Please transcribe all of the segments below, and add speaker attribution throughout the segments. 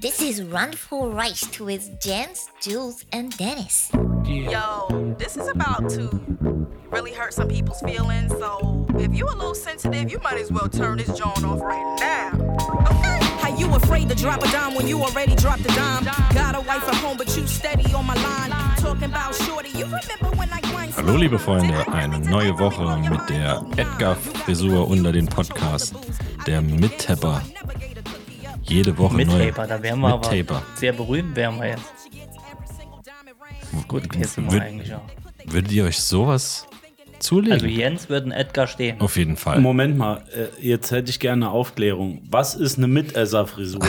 Speaker 1: This is Run for Rice with Jens, Jules, and Dennis.
Speaker 2: Yo, this is about to really hurt some people's feelings. So if you a little sensitive, you might as well turn this joint off right now. Okay.
Speaker 3: How you afraid to drop a dime when you already dropped a dime? Got a wife at home, but you steady on my line. Talking about shorty, you remember when I grind
Speaker 4: Hallo liebe Freunde, eine neue Woche mit der Edgar-Frisur unter den Podcast, der Mittepper. Jede Woche
Speaker 5: Mit
Speaker 4: neu.
Speaker 5: Taper, da wären
Speaker 4: Mit
Speaker 5: wir aber
Speaker 4: Taper.
Speaker 5: sehr berühmt, wären wir jetzt. Gut, käse
Speaker 4: Wür-
Speaker 5: eigentlich auch.
Speaker 4: Würdet ihr euch sowas zulegen?
Speaker 5: Also Jens wird ein Edgar stehen.
Speaker 4: Auf jeden Fall.
Speaker 6: Moment mal, äh, jetzt hätte ich gerne eine Aufklärung. Was ist eine Mitesserfrisur?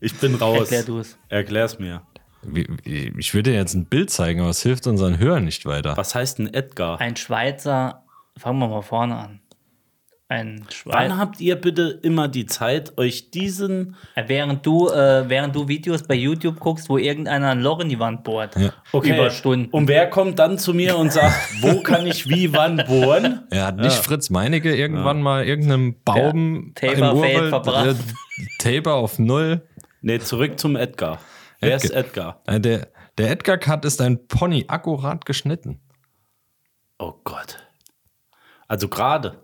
Speaker 6: ich bin raus.
Speaker 5: Erklär du es.
Speaker 6: Erklär's mir.
Speaker 4: Wie- wie- Ich würde dir jetzt ein Bild zeigen, aber es hilft unseren Hörern nicht weiter.
Speaker 6: Was heißt ein Edgar?
Speaker 5: Ein Schweizer, fangen wir mal vorne an. Ein
Speaker 6: Wann
Speaker 5: Schweizer.
Speaker 6: habt ihr bitte immer die Zeit, euch diesen.
Speaker 5: Während du, äh, während du Videos bei YouTube guckst, wo irgendeiner ein Loch in die Wand bohrt. Über Stunden.
Speaker 6: Und wer kommt dann zu mir und sagt, wo kann ich wie wann bohren?
Speaker 4: Er hat nicht Fritz Meinecke irgendwann mal irgendeinem Baum
Speaker 5: Der
Speaker 4: im
Speaker 5: Taper fällt
Speaker 4: Urwald,
Speaker 5: verbracht.
Speaker 4: äh, Taper auf Null.
Speaker 6: Nee, zurück zum Edgar. Wer ist Edgar?
Speaker 4: Äh, Der, der Edgar Cut ist ein Pony akkurat geschnitten.
Speaker 6: Oh Gott. Also gerade.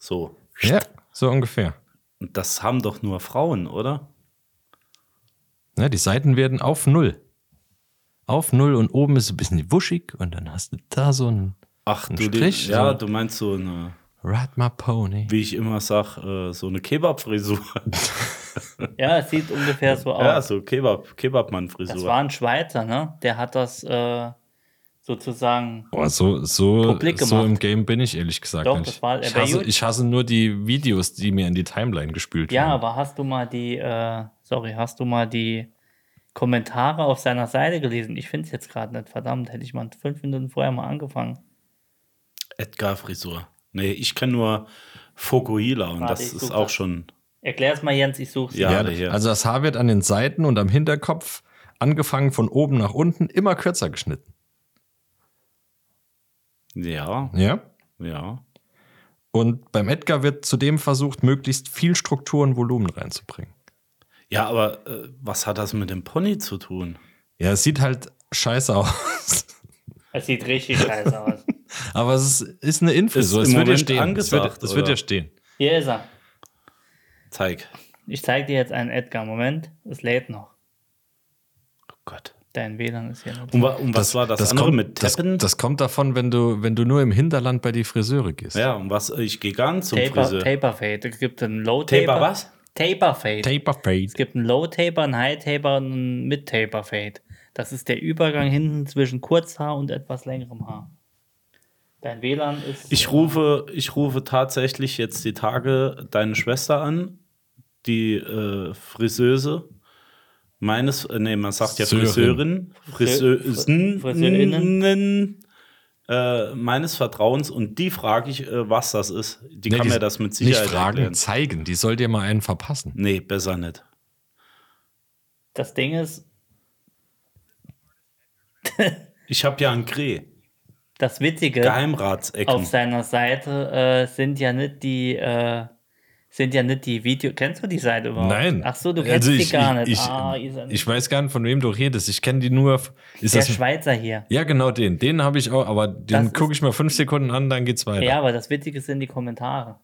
Speaker 6: So.
Speaker 4: Ja, so ungefähr.
Speaker 6: Und das haben doch nur Frauen, oder?
Speaker 4: Ja, die Seiten werden auf Null. Auf Null und oben ist ein bisschen wuschig und dann hast du da so einen
Speaker 6: Ach,
Speaker 4: Ein
Speaker 6: du
Speaker 4: Strich,
Speaker 6: die- Ja,
Speaker 4: so.
Speaker 6: du meinst so eine,
Speaker 4: Ratma Pony.
Speaker 6: wie ich immer sag, äh, so eine Kebab-Frisur.
Speaker 5: Ja, es sieht ungefähr so aus.
Speaker 6: ja, so Kebab,
Speaker 5: das war
Speaker 6: Kebabmann-Frisur.
Speaker 5: ein Schweizer, ne? Der hat das äh, sozusagen.
Speaker 4: Boah, so, so,
Speaker 5: Publik
Speaker 4: so
Speaker 5: gemacht.
Speaker 4: im Game bin ich ehrlich gesagt
Speaker 5: Doch,
Speaker 4: nicht.
Speaker 5: das war-
Speaker 4: ich,
Speaker 5: bei
Speaker 4: hasse,
Speaker 5: YouTube-
Speaker 4: ich hasse nur die Videos, die mir in die Timeline gespült
Speaker 6: Genau.
Speaker 5: Ja,
Speaker 4: werden.
Speaker 5: aber hast du mal die, äh, sorry, hast du mal die Kommentare auf seiner Seite gelesen? Ich finde es jetzt gerade nicht, verdammt, hätte ich mal fünf Minuten vorher mal angefangen.
Speaker 6: Edgar-Frisur. Nee, ich kenne nur Fokuhila und
Speaker 5: Warte,
Speaker 6: das
Speaker 5: ich
Speaker 6: ist
Speaker 5: such
Speaker 6: auch
Speaker 5: das.
Speaker 6: schon.
Speaker 5: Erklär's mal, Jens, ich such's.
Speaker 6: Ja,
Speaker 4: Ja,
Speaker 6: hier.
Speaker 4: also das Haar wird an den Seiten und am Hinterkopf, angefangen von oben nach unten, immer kürzer geschnitten.
Speaker 6: Ja,
Speaker 4: Ja.
Speaker 6: ja.
Speaker 4: Und beim Edgar wird zudem versucht, möglichst viel Struktur und Volumen reinzubringen.
Speaker 6: Ja, aber äh, was hat das mit dem Pony zu tun?
Speaker 4: Ja, es sieht halt scheiße aus.
Speaker 5: Es sieht richtig scheiße aus.
Speaker 4: Aber es ist, ist eine Infrisur.
Speaker 6: Ist
Speaker 4: Es
Speaker 6: im
Speaker 4: wird dir
Speaker 6: Moment
Speaker 4: stehen. Es wird,
Speaker 6: angesagt,
Speaker 4: es wird
Speaker 6: oder?
Speaker 4: dir stehen.
Speaker 5: Hier ist er.
Speaker 6: Zeig.
Speaker 5: Ich zeig dir jetzt einen Edgar. Moment, es lädt noch.
Speaker 6: Oh Gott.
Speaker 5: Dein WLAN ist hier noch.
Speaker 6: Und, wa- und was war das, andere
Speaker 4: kommt,
Speaker 6: mit
Speaker 4: das,
Speaker 6: Teppen?
Speaker 4: das kommt davon, wenn du, wenn du nur im Hinterland bei die Friseure gehst.
Speaker 6: ja, und was? Ich gehe gar nicht zum
Speaker 5: Taper,
Speaker 6: Friseur.
Speaker 5: Taper Fade. Es gibt einen Low Taper.
Speaker 6: Taper was?
Speaker 5: Taper Fade.
Speaker 4: Taper Fade.
Speaker 5: Es gibt einen Low Taper, einen High Taper und einen Mid Taper Fade. Das ist der Übergang hinten zwischen Kurzhaar und etwas längerem Haar. Dein WLAN ist.
Speaker 6: Ich rufe, ich rufe tatsächlich jetzt die Tage deine Schwester an, die äh, Friseuse meines, äh, nee, man sagt ja
Speaker 4: Friseurin.
Speaker 6: Friseurin, Friseusen,
Speaker 5: Friseurinnen.
Speaker 6: äh, meines Vertrauens und die frage ich, äh, was das ist. Die kann
Speaker 4: die-
Speaker 6: mir das mit
Speaker 4: Nicht
Speaker 6: Sicherheit
Speaker 4: fragen,
Speaker 6: erklären.
Speaker 4: zeigen. Die soll dir mal einen verpassen.
Speaker 6: Nee, besser nicht.
Speaker 5: Das Ding ist,
Speaker 6: Ich habe ja einen Kreh.
Speaker 5: Äh, das Witzige auf
Speaker 6: Geheimratsecken.
Speaker 5: seiner Seite äh, sind ja nicht die. Äh, sind ja nicht die Video. Kennst du die Seite überhaupt?
Speaker 4: Nein.
Speaker 5: Ach so, du kennst
Speaker 4: Also
Speaker 5: die
Speaker 4: ich-
Speaker 5: gar nicht.
Speaker 4: Ich,
Speaker 5: ah,
Speaker 4: ich,
Speaker 5: ihr seid-
Speaker 4: ich weiß gar nicht, von wem du redest. Ich kenne die nur. f- Ist
Speaker 5: der
Speaker 4: das,
Speaker 5: Schweizer hier.
Speaker 4: ja, genau den. Den habe ich auch, aber den
Speaker 5: ist-
Speaker 4: gucke ich mir fünf Sekunden an, dann geht's weiter.
Speaker 5: Ja, aber das Witzige sind die Kommentare.
Speaker 6: Ja,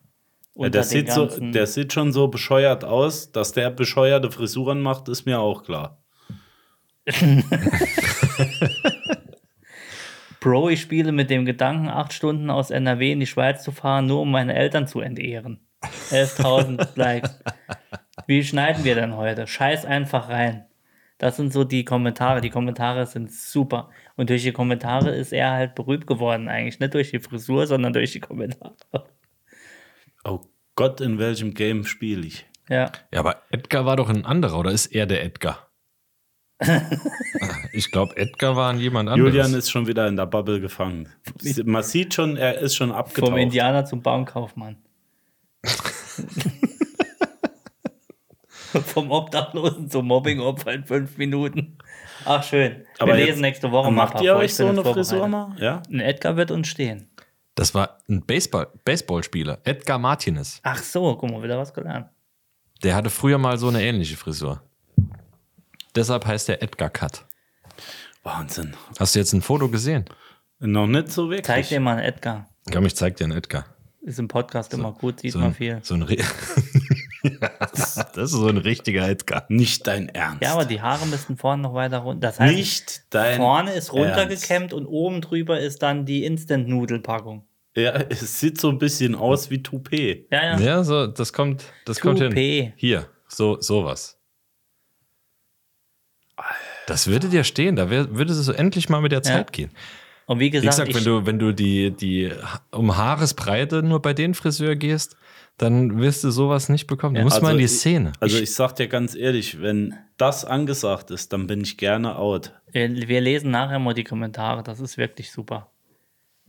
Speaker 5: Unter
Speaker 6: der,
Speaker 5: den
Speaker 6: sieht so,
Speaker 5: ganzen-
Speaker 6: der sieht schon so bescheuert aus, dass der bescheuerte Frisuren macht, ist mir auch klar.
Speaker 5: Bro, ich spiele mit dem Gedanken, acht Stunden aus NRW in die Schweiz zu fahren, nur um meine Eltern zu entehren. 11.000 Likes. Wie schneiden wir denn heute? Scheiß einfach rein. Das sind so die Kommentare. Die Kommentare sind super. Und durch die Kommentare ist er halt berühmt geworden eigentlich. Nicht durch die Frisur, sondern durch die Kommentare.
Speaker 6: Oh Gott, in welchem Game spiele ich?
Speaker 5: Ja.
Speaker 4: Ja, aber Edgar war doch ein anderer, oder ist er der Edgar? Ah, ich glaube, Edgar war ein jemand anderes.
Speaker 6: Julian ist schon wieder in der Bubble gefangen. Man sieht schon, er ist schon abgetaucht.
Speaker 5: Vom Indianer zum Baumkaufmann. Vom Obdachlosen zum Mobbingopfer in fünf Minuten. Ach, schön.
Speaker 6: Aber
Speaker 5: Wir
Speaker 6: jetzt-
Speaker 5: lesen nächste Woche mal. ein
Speaker 6: Macht
Speaker 5: paar
Speaker 6: ihr
Speaker 5: vor.
Speaker 6: euch
Speaker 5: Ich
Speaker 6: so
Speaker 5: bin
Speaker 6: eine
Speaker 5: jetzt
Speaker 6: Frisur
Speaker 5: vorbereitet.
Speaker 6: mal? Ja?
Speaker 5: Ein Edgar wird uns stehen.
Speaker 4: Das war ein Baseball Baseballspieler, Edgar Martinez.
Speaker 5: Ach so, guck mal, wieder was gelernt.
Speaker 4: Der hatte früher mal so eine ähnliche Frisur. Deshalb heißt der Edgar Cut.
Speaker 6: Wahnsinn.
Speaker 4: Hast du jetzt ein Foto gesehen?
Speaker 6: Noch nicht so wirklich.
Speaker 5: Zeig dir mal einen Edgar.
Speaker 4: Komm, ich zeig dir einen Edgar.
Speaker 5: Ist im Podcast immer gut, sieht
Speaker 4: So
Speaker 5: man
Speaker 4: ein,
Speaker 5: viel.
Speaker 4: So ein Re- Ja, das ist so ein richtiger Edgar.
Speaker 6: Nicht dein Ernst.
Speaker 5: Ja, aber die Haare müssen vorne noch weiter runter. Das heißt,
Speaker 6: Nicht dein
Speaker 5: vorne ist
Speaker 6: Ernst.
Speaker 5: runtergekämmt und oben drüber ist dann die Instant-Nudel-Packung.
Speaker 6: Ja, es sieht so ein bisschen aus wie Toupet.
Speaker 5: Ja, ja.
Speaker 4: Ja, so, das kommt, das kommt hin.
Speaker 5: Toupet.
Speaker 4: Hier, so, sowas. Das würde dir stehen, da wär, würde es so endlich mal mit der Zeit gehen.
Speaker 5: Und wie
Speaker 4: Wie gesagt,
Speaker 5: gesagt, ich,
Speaker 4: wenn du, wenn du die, die Ha- um Haaresbreite nur bei den Friseur gehst, dann wirst du sowas nicht bekommen. Du musst mal in die
Speaker 6: ich-
Speaker 4: Szene.
Speaker 6: Also ich sag dir ganz ehrlich, wenn das angesagt ist, dann bin ich gerne out.
Speaker 5: wir, wir lesen nachher mal die Kommentare. Das ist wirklich super.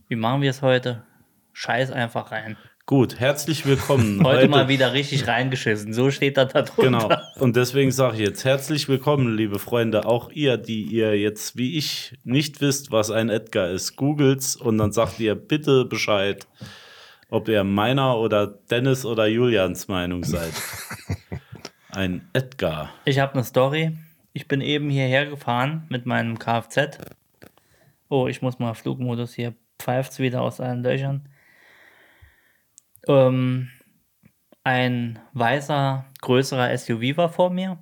Speaker 5: Wie machen wir es heute? Scheiß einfach rein.
Speaker 6: Gut, herzlich willkommen.
Speaker 5: Heute, mal wieder richtig reingeschissen. So steht da da drunter.
Speaker 6: Genau. Und deswegen sage ich jetzt herzlich willkommen, liebe Freunde. Auch ihr, die ihr jetzt wie ich nicht wisst, was ein Edgar ist, googelt's und dann sagt ihr bitte Bescheid, ob ihr meiner oder Dennis oder Julians Meinung seid. Ein Edgar.
Speaker 5: Ich habe eine Story. Ich bin eben hierher gefahren mit meinem Kfz. Oh, ich muss mal Flugmodus hier. Pfeift's wieder aus allen Löchern. Ähm, ein weißer, größerer SUV war vor mir.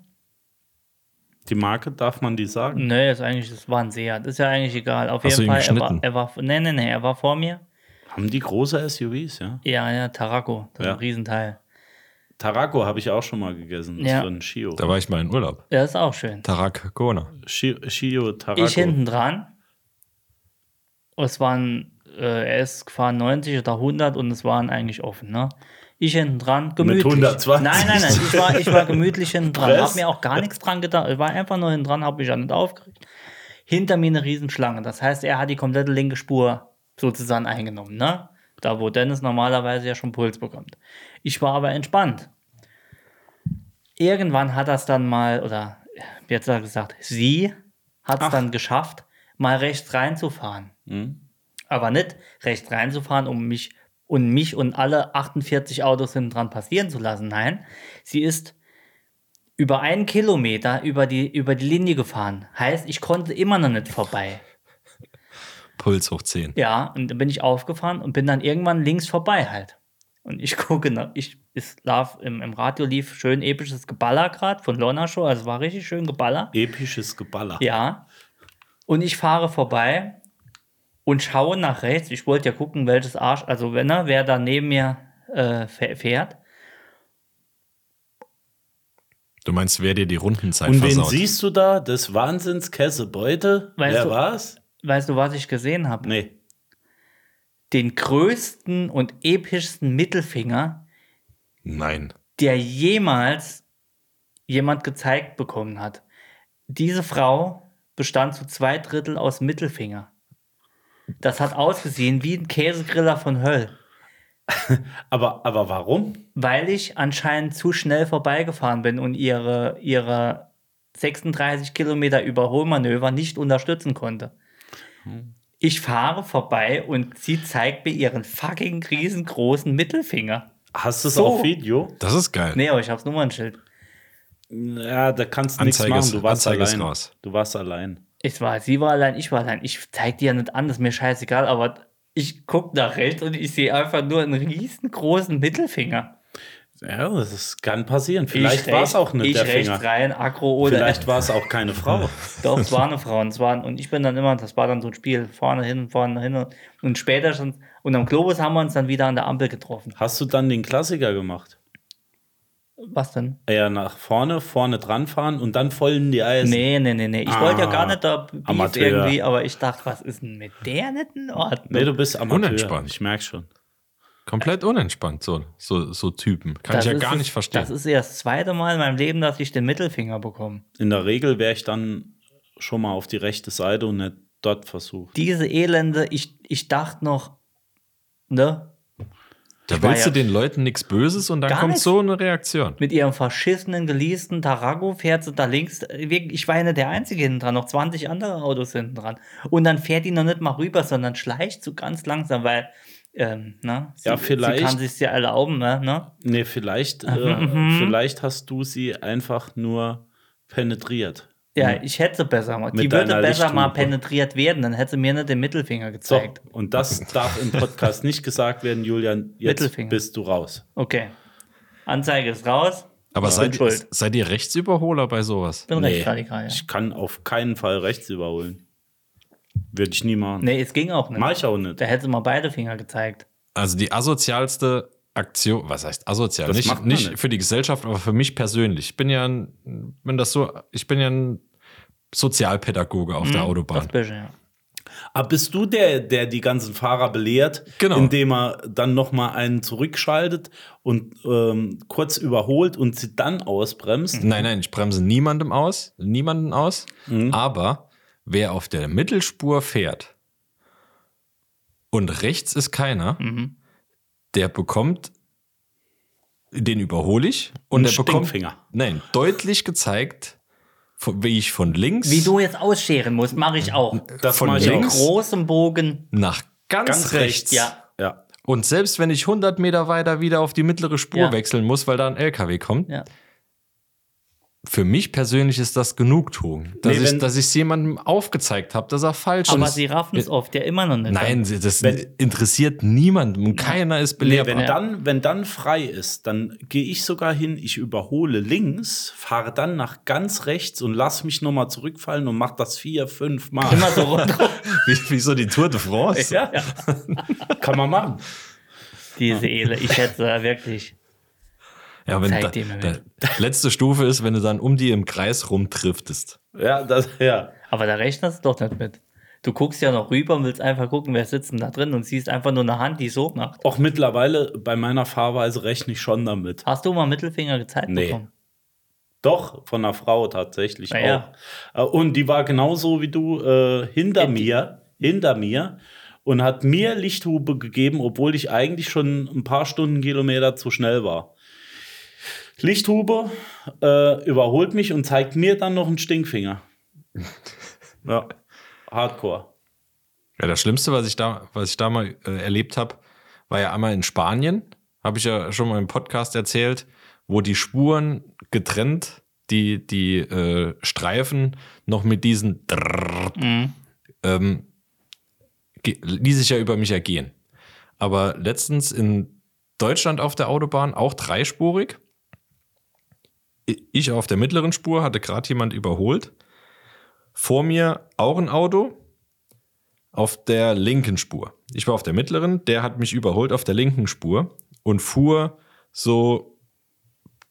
Speaker 6: Die Marke, darf man die sagen?
Speaker 5: Nö, ist eigentlich, das war ein Seat. Ist ja eigentlich egal. Auf
Speaker 4: Mhm. Hast
Speaker 5: jeden
Speaker 4: du ihn
Speaker 5: Fall, er war,
Speaker 4: geschnitten?
Speaker 5: er war, nee, nee, nee, er war vor mir.
Speaker 6: Haben die große SUVs, ja?
Speaker 5: Ja, ja, Tarako. Das ist
Speaker 6: Ja.
Speaker 5: ein Riesenteil.
Speaker 6: Tarako habe ich auch schon mal gegessen. Das
Speaker 5: Ja.
Speaker 6: ist von Shio.
Speaker 4: Da war ich mal in Urlaub.
Speaker 5: Ja, ist auch schön.
Speaker 4: Tarak Kona.
Speaker 6: Shio, Shio Tarako.
Speaker 5: Ich hinten dran. Es waren, äh, er ist gefahren 90 oder 100 und es waren eigentlich offen, ne? Ich hinten dran, gemütlich.
Speaker 6: 120.
Speaker 5: Nein, nein, nein, ich war, ich war gemütlich hinten dran.
Speaker 6: Was?
Speaker 5: Hab mir auch gar nichts dran gedacht. Ich war einfach nur hinten dran, hab mich ja nicht aufgeregt. Hinter mir eine Riesenschlange. Das heißt, er hat die komplette linke Spur sozusagen eingenommen, ne? Da, wo Dennis normalerweise ja schon Puls bekommt. Ich war aber entspannt irgendwann hat das dann mal, oder jetzt hat er gesagt, sie hat es dann geschafft, mal rechts reinzufahren. Aber nicht rechts reinzufahren, um mich und mich und alle 48 Autos hinten dran passieren zu lassen. Nein, sie ist über einen Kilometer über die, über die Linie gefahren. Heißt, ich konnte immer noch nicht vorbei.
Speaker 4: Puls hoch 10.
Speaker 5: Ja, und dann bin ich aufgefahren und bin dann irgendwann links vorbei halt. Und ich gucke, nach, ich, es lief, im, im Radio lief schön episches Geballer gerade von Lorna Show, also war richtig schön Geballer.
Speaker 6: Episches Geballer.
Speaker 5: Ja. Und ich fahre vorbei und schaue nach rechts. Ich wollte ja gucken, welches Arsch, also wenn er, wer da neben mir äh, fäh- fährt.
Speaker 4: Du meinst, wer dir die Rundenzeit
Speaker 6: Und wen
Speaker 4: versaut?
Speaker 6: siehst du da? Des Wahnsinns Kessebeute?
Speaker 5: Weißt
Speaker 6: Wer
Speaker 5: du-
Speaker 6: war's?
Speaker 5: Weißt du, was ich gesehen habe?
Speaker 6: Nee.
Speaker 5: Den größten und epischsten Mittelfinger,
Speaker 4: Nein.
Speaker 5: der jemals jemand gezeigt bekommen hat. Diese Frau bestand zu zwei Drittel aus Mittelfinger. Das hat ausgesehen wie ein Käsegriller von Höll,
Speaker 6: Aber, aber warum?
Speaker 5: weil ich anscheinend zu schnell vorbeigefahren bin und ihre, ihre 36 Kilometer Überholmanöver nicht unterstützen konnte.
Speaker 6: Hm.
Speaker 5: Ich fahre vorbei und sie zeigt mir ihren fucking riesengroßen Mittelfinger.
Speaker 6: Hast du es
Speaker 5: So.
Speaker 6: auf Video?
Speaker 4: Das ist geil.
Speaker 5: Nee, aber ich hab's Nummernschild.
Speaker 6: Ja, da kannst du nichts
Speaker 4: Anzeige
Speaker 6: machen.
Speaker 4: ist-
Speaker 6: Du warst
Speaker 4: Anzeige ist
Speaker 6: allein.
Speaker 4: raus.
Speaker 6: Du warst allein.
Speaker 5: Ich war, sie war allein, ich war allein. Ich zeig dir ja nicht an, das ist mir scheißegal, aber ich guck nach rechts und ich sehe einfach nur einen riesengroßen Mittelfinger.
Speaker 6: Ja, das ist, kann passieren.
Speaker 5: Ich
Speaker 6: Vielleicht war es
Speaker 5: rechts-
Speaker 6: auch nicht
Speaker 5: Ich
Speaker 6: der
Speaker 5: rechts
Speaker 6: Finger.
Speaker 5: rein, aggro oder
Speaker 6: Vielleicht war es auch keine Frau.
Speaker 5: Doch, es war eine Frau und es waren, und ich bin dann immer, das war dann so ein Spiel, vorne hin, vorne hin und später schon, und am Globus haben wir uns dann wieder an der Ampel getroffen.
Speaker 6: Hast du dann den Klassiker gemacht?
Speaker 5: Was denn?
Speaker 6: Ja, nach vorne, vorne dran fahren und dann voll in die Eisen.
Speaker 5: Nee, nee, nee, nee. Ich wollte
Speaker 4: Ah.
Speaker 5: ja gar nicht da Beef
Speaker 6: Amateur.
Speaker 5: irgendwie, aber ich dachte, was ist denn mit der nicht in Ordnung?
Speaker 6: Nee, du bist Amateur.
Speaker 4: Unentspannt.
Speaker 6: Ich merke schon.
Speaker 4: Komplett unentspannt, so, so, so Typen. Kann ich ja
Speaker 5: ist
Speaker 4: gar
Speaker 5: das-
Speaker 4: nicht verstehen.
Speaker 5: Das ist erst das zweite Mal in meinem Leben, dass ich den Mittelfinger bekomme.
Speaker 6: In der Regel wäre ich dann schon mal auf die rechte Seite und nicht dort versucht.
Speaker 5: diese Elende, ich, ich dachte noch, ne,
Speaker 4: da
Speaker 5: ich war
Speaker 4: willst du
Speaker 5: ja-
Speaker 4: den Leuten nichts Böses und dann
Speaker 5: Gar
Speaker 4: kommt
Speaker 5: nicht.
Speaker 4: so eine Reaktion.
Speaker 5: mit ihrem verschissenen, geleasten Tarago fährt sie da links. wirklich, Ich war ja nicht der Einzige hinten dran, noch 20 andere Autos hinten dran. Und dann fährt die noch nicht mal rüber, sondern schleicht so ganz langsam, weil ähm, ne? Sie,
Speaker 6: Ja,
Speaker 5: Sie
Speaker 6: vielleicht.
Speaker 5: kann sich ja erlauben, ne? ne?
Speaker 6: Nee, vielleicht, äh, vielleicht hast du sie einfach nur penetriert.
Speaker 5: Ja, ich hätte sie besser mal. Die
Speaker 6: Hm. Mit
Speaker 5: würde
Speaker 6: deiner
Speaker 5: besser mal
Speaker 6: Lichthupe.
Speaker 5: penetriert werden, dann hätte sie mir nicht den Mittelfinger
Speaker 6: So,
Speaker 5: gezeigt.
Speaker 6: und das darf im Podcast nicht gesagt werden, Julian. Jetzt
Speaker 5: Mittelfinger.
Speaker 6: bist du raus.
Speaker 5: Okay. Anzeige ist raus.
Speaker 4: Aber seid,
Speaker 5: schuld.
Speaker 4: seid ihr Rechtsüberholer bei sowas?
Speaker 5: Bin rechtsradikal, ja.
Speaker 6: ich kann auf keinen Fall rechts überholen. Würde ich nie machen.
Speaker 5: Nee, es ging auch nicht.
Speaker 6: Mach ich auch nicht.
Speaker 5: Da hätte sie mal beide Finger gezeigt.
Speaker 4: Also die asozialste Aktion, was heißt asozial?
Speaker 6: Das
Speaker 4: nicht
Speaker 6: macht man
Speaker 4: nicht
Speaker 6: nicht.
Speaker 4: für die Gesellschaft, aber für mich persönlich. Ich bin ja ein, bin das so, ich bin ja ein Sozialpädagoge auf der
Speaker 6: Mhm.
Speaker 5: Das
Speaker 4: Autobahn.
Speaker 5: bisschen, ja.
Speaker 6: Aber bist du der, der die ganzen Fahrer belehrt,
Speaker 4: Genau.
Speaker 6: indem er dann nochmal einen zurückschaltet und ähm, kurz überholt und sie dann ausbremst?
Speaker 4: Nein, nein, ich bremse niemandem aus, niemanden aus.
Speaker 5: Mhm.
Speaker 4: Aber wer auf der Mittelspur fährt und rechts ist keiner,
Speaker 5: Mhm.
Speaker 4: der bekommt, den überhole ich und
Speaker 6: Einen
Speaker 4: der bekommt,
Speaker 6: Stinkfinger.
Speaker 4: nein, deutlich gezeigt, von- wie ich von links
Speaker 5: Wie du jetzt ausscheren musst, mache
Speaker 6: Hm.
Speaker 5: ich auch.
Speaker 6: Das
Speaker 4: Von
Speaker 6: mach ich
Speaker 4: links?
Speaker 6: auch.
Speaker 5: Großem Bogen.
Speaker 4: nach ganz,
Speaker 6: Ganz
Speaker 4: rechts.
Speaker 6: rechts.
Speaker 5: Ja.
Speaker 6: Ja.
Speaker 4: Und selbst wenn ich 100 Meter weiter wieder auf die mittlere Spur
Speaker 5: Ja.
Speaker 4: wechseln muss, weil da ein LKW kommt,
Speaker 5: Ja.
Speaker 4: für mich persönlich ist das Genugtuung, dass
Speaker 6: Nee,
Speaker 4: ich
Speaker 6: wenn-
Speaker 4: dass ich es jemandem aufgezeigt habe, dass er falsch
Speaker 5: Aber
Speaker 4: ist.
Speaker 5: sie raffen es oft ja immer noch nicht.
Speaker 4: Nein, sie- das
Speaker 6: Wenn-
Speaker 4: interessiert niemanden. Keiner ist
Speaker 6: Nee,
Speaker 4: belehrbar.
Speaker 6: wenn, dann, wenn dann frei ist, dann gehe ich sogar hin, ich überhole links, fahre dann nach ganz rechts und lass mich nochmal zurückfallen und mach das vier, fünf Mal.
Speaker 5: Immer so rundherum.
Speaker 4: wie, wie so die Tour de France.
Speaker 6: Ja. Kann man machen.
Speaker 5: Diese Ele. Ich hätte da wirklich.
Speaker 4: Ja, wenn
Speaker 5: Zeig
Speaker 4: da,
Speaker 5: dir mal
Speaker 4: da, letzte Stufe ist, wenn du dann um die im Kreis rumtriftest.
Speaker 6: Ja, das, ja.
Speaker 5: Aber da rechnest du doch nicht mit. Du guckst ja noch rüber und willst einfach gucken, wer sitzt denn da drin und siehst einfach nur eine Hand, die so macht.
Speaker 6: Auch mittlerweile bei meiner Fahrweise rechne ich schon damit.
Speaker 5: Hast du mal Mittelfinger gezeigt
Speaker 6: Nee.
Speaker 5: bekommen?
Speaker 6: Doch, von einer Frau tatsächlich
Speaker 5: Na Ah ja.
Speaker 6: auch. Äh, Und die war genauso wie du äh, hinter mir, hinter mir und hat mir Lichthupe gegeben, obwohl ich eigentlich schon ein paar Stundenkilometer zu schnell war. Lichthupe äh, überholt mich und zeigt mir dann noch einen Stinkfinger. ja, Hardcore.
Speaker 4: Ja, das Schlimmste, was ich da, was ich da mal äh, erlebt habe, war ja einmal in Spanien, habe ich ja schon mal im Podcast erzählt, wo die Spuren getrennt, die, die äh, Streifen noch mit diesen Drrrr, ähm, ge- ließ sich ja über mich ergehen. Aber letztens in Deutschland auf der Autobahn auch dreispurig. I- Ich auf der mittleren Spur hatte gerade jemand überholt. Vor mir auch ein Auto, auf der linken Spur. Ich war auf der mittleren, der hat mich überholt auf der linken Spur und fuhr so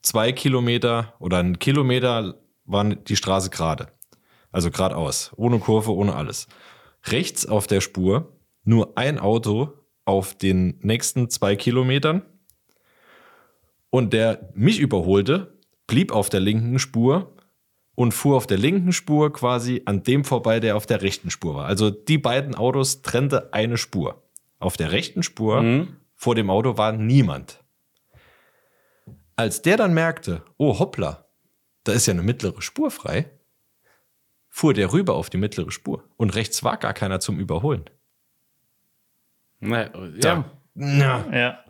Speaker 4: zwei Kilometer oder einen Kilometer waren die Straße gerade. Also geradeaus, ohne Kurve, ohne alles. Rechts auf der Spur nur ein Auto auf den nächsten zwei Kilometern und der mich überholte, blieb auf der linken Spur und fuhr auf der linken Spur quasi an dem vorbei, der auf der rechten Spur war. Also die beiden Autos trennte eine Spur. Auf der rechten Spur vor dem Auto war niemand. Als der dann merkte, oh hoppla, da ist ja eine mittlere Spur frei, fuhr der rüber auf die mittlere Spur und rechts war gar keiner zum Überholen.
Speaker 6: Naja,
Speaker 4: Da, na,
Speaker 5: Ja.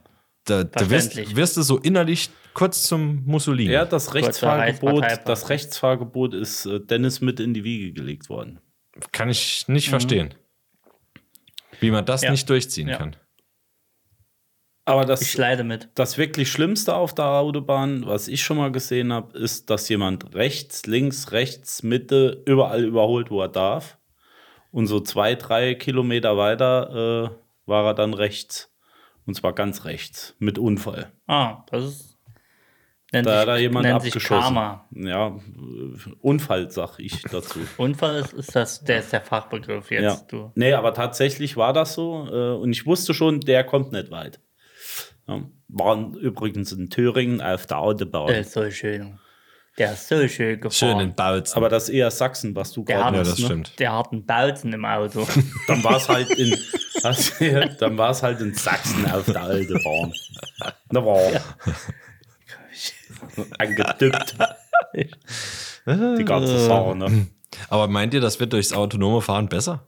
Speaker 4: da, da wirst,
Speaker 5: Verständlich.
Speaker 4: wirst du so innerlich kurz zum Mussolini.
Speaker 6: Ja, das Rechtsfahrgebot,
Speaker 5: Reichspartei-
Speaker 6: das Rechtsfahrgebot ist äh, Dennis mit in die Wiege gelegt worden.
Speaker 4: Kann ich nicht verstehen, wie man das
Speaker 5: Mhm. Ja.
Speaker 4: nicht durchziehen
Speaker 5: Ja.
Speaker 4: kann.
Speaker 6: Aber das
Speaker 5: Ich schleide mit.
Speaker 6: Das wirklich Schlimmste auf der Autobahn, was ich schon mal gesehen habe, ist, dass jemand rechts, links, rechts, Mitte überall überholt, wo er darf. Und so zwei, drei Kilometer weiter äh, war er dann rechts. Und zwar ganz rechts, mit Unfall.
Speaker 5: Ah, das ist. Nennt
Speaker 6: Da hat er jemand
Speaker 5: nennt sich
Speaker 6: abgeschossen.
Speaker 5: Karma.
Speaker 6: Ja, äh, Unfall, sag ich dazu.
Speaker 5: Unfall ist, ist das, der ist der Fachbegriff jetzt.
Speaker 6: ja.
Speaker 5: Du.
Speaker 6: Nee, aber tatsächlich war das so. Äh, und ich wusste schon, der kommt nicht weit. Ja. Waren übrigens in Thüringen auf der Autobahn.
Speaker 5: Der ist so schön. Der ist so
Speaker 4: Schön
Speaker 5: schön gefahren.
Speaker 4: in Bautzen.
Speaker 6: Aber das ist eher Sachsen, was du
Speaker 5: Der
Speaker 6: gerade
Speaker 5: hat-
Speaker 4: ja,
Speaker 6: hast,
Speaker 4: das
Speaker 6: ne?
Speaker 4: stimmt.
Speaker 5: Der hat einen Balzen im Auto.
Speaker 6: Dann war es halt in hast, dann war es halt in Sachsen auf der Autobahn. Da war angedippt. Die ganze Sache, ne?
Speaker 4: Aber meint ihr, das wird durchs autonome Fahren besser?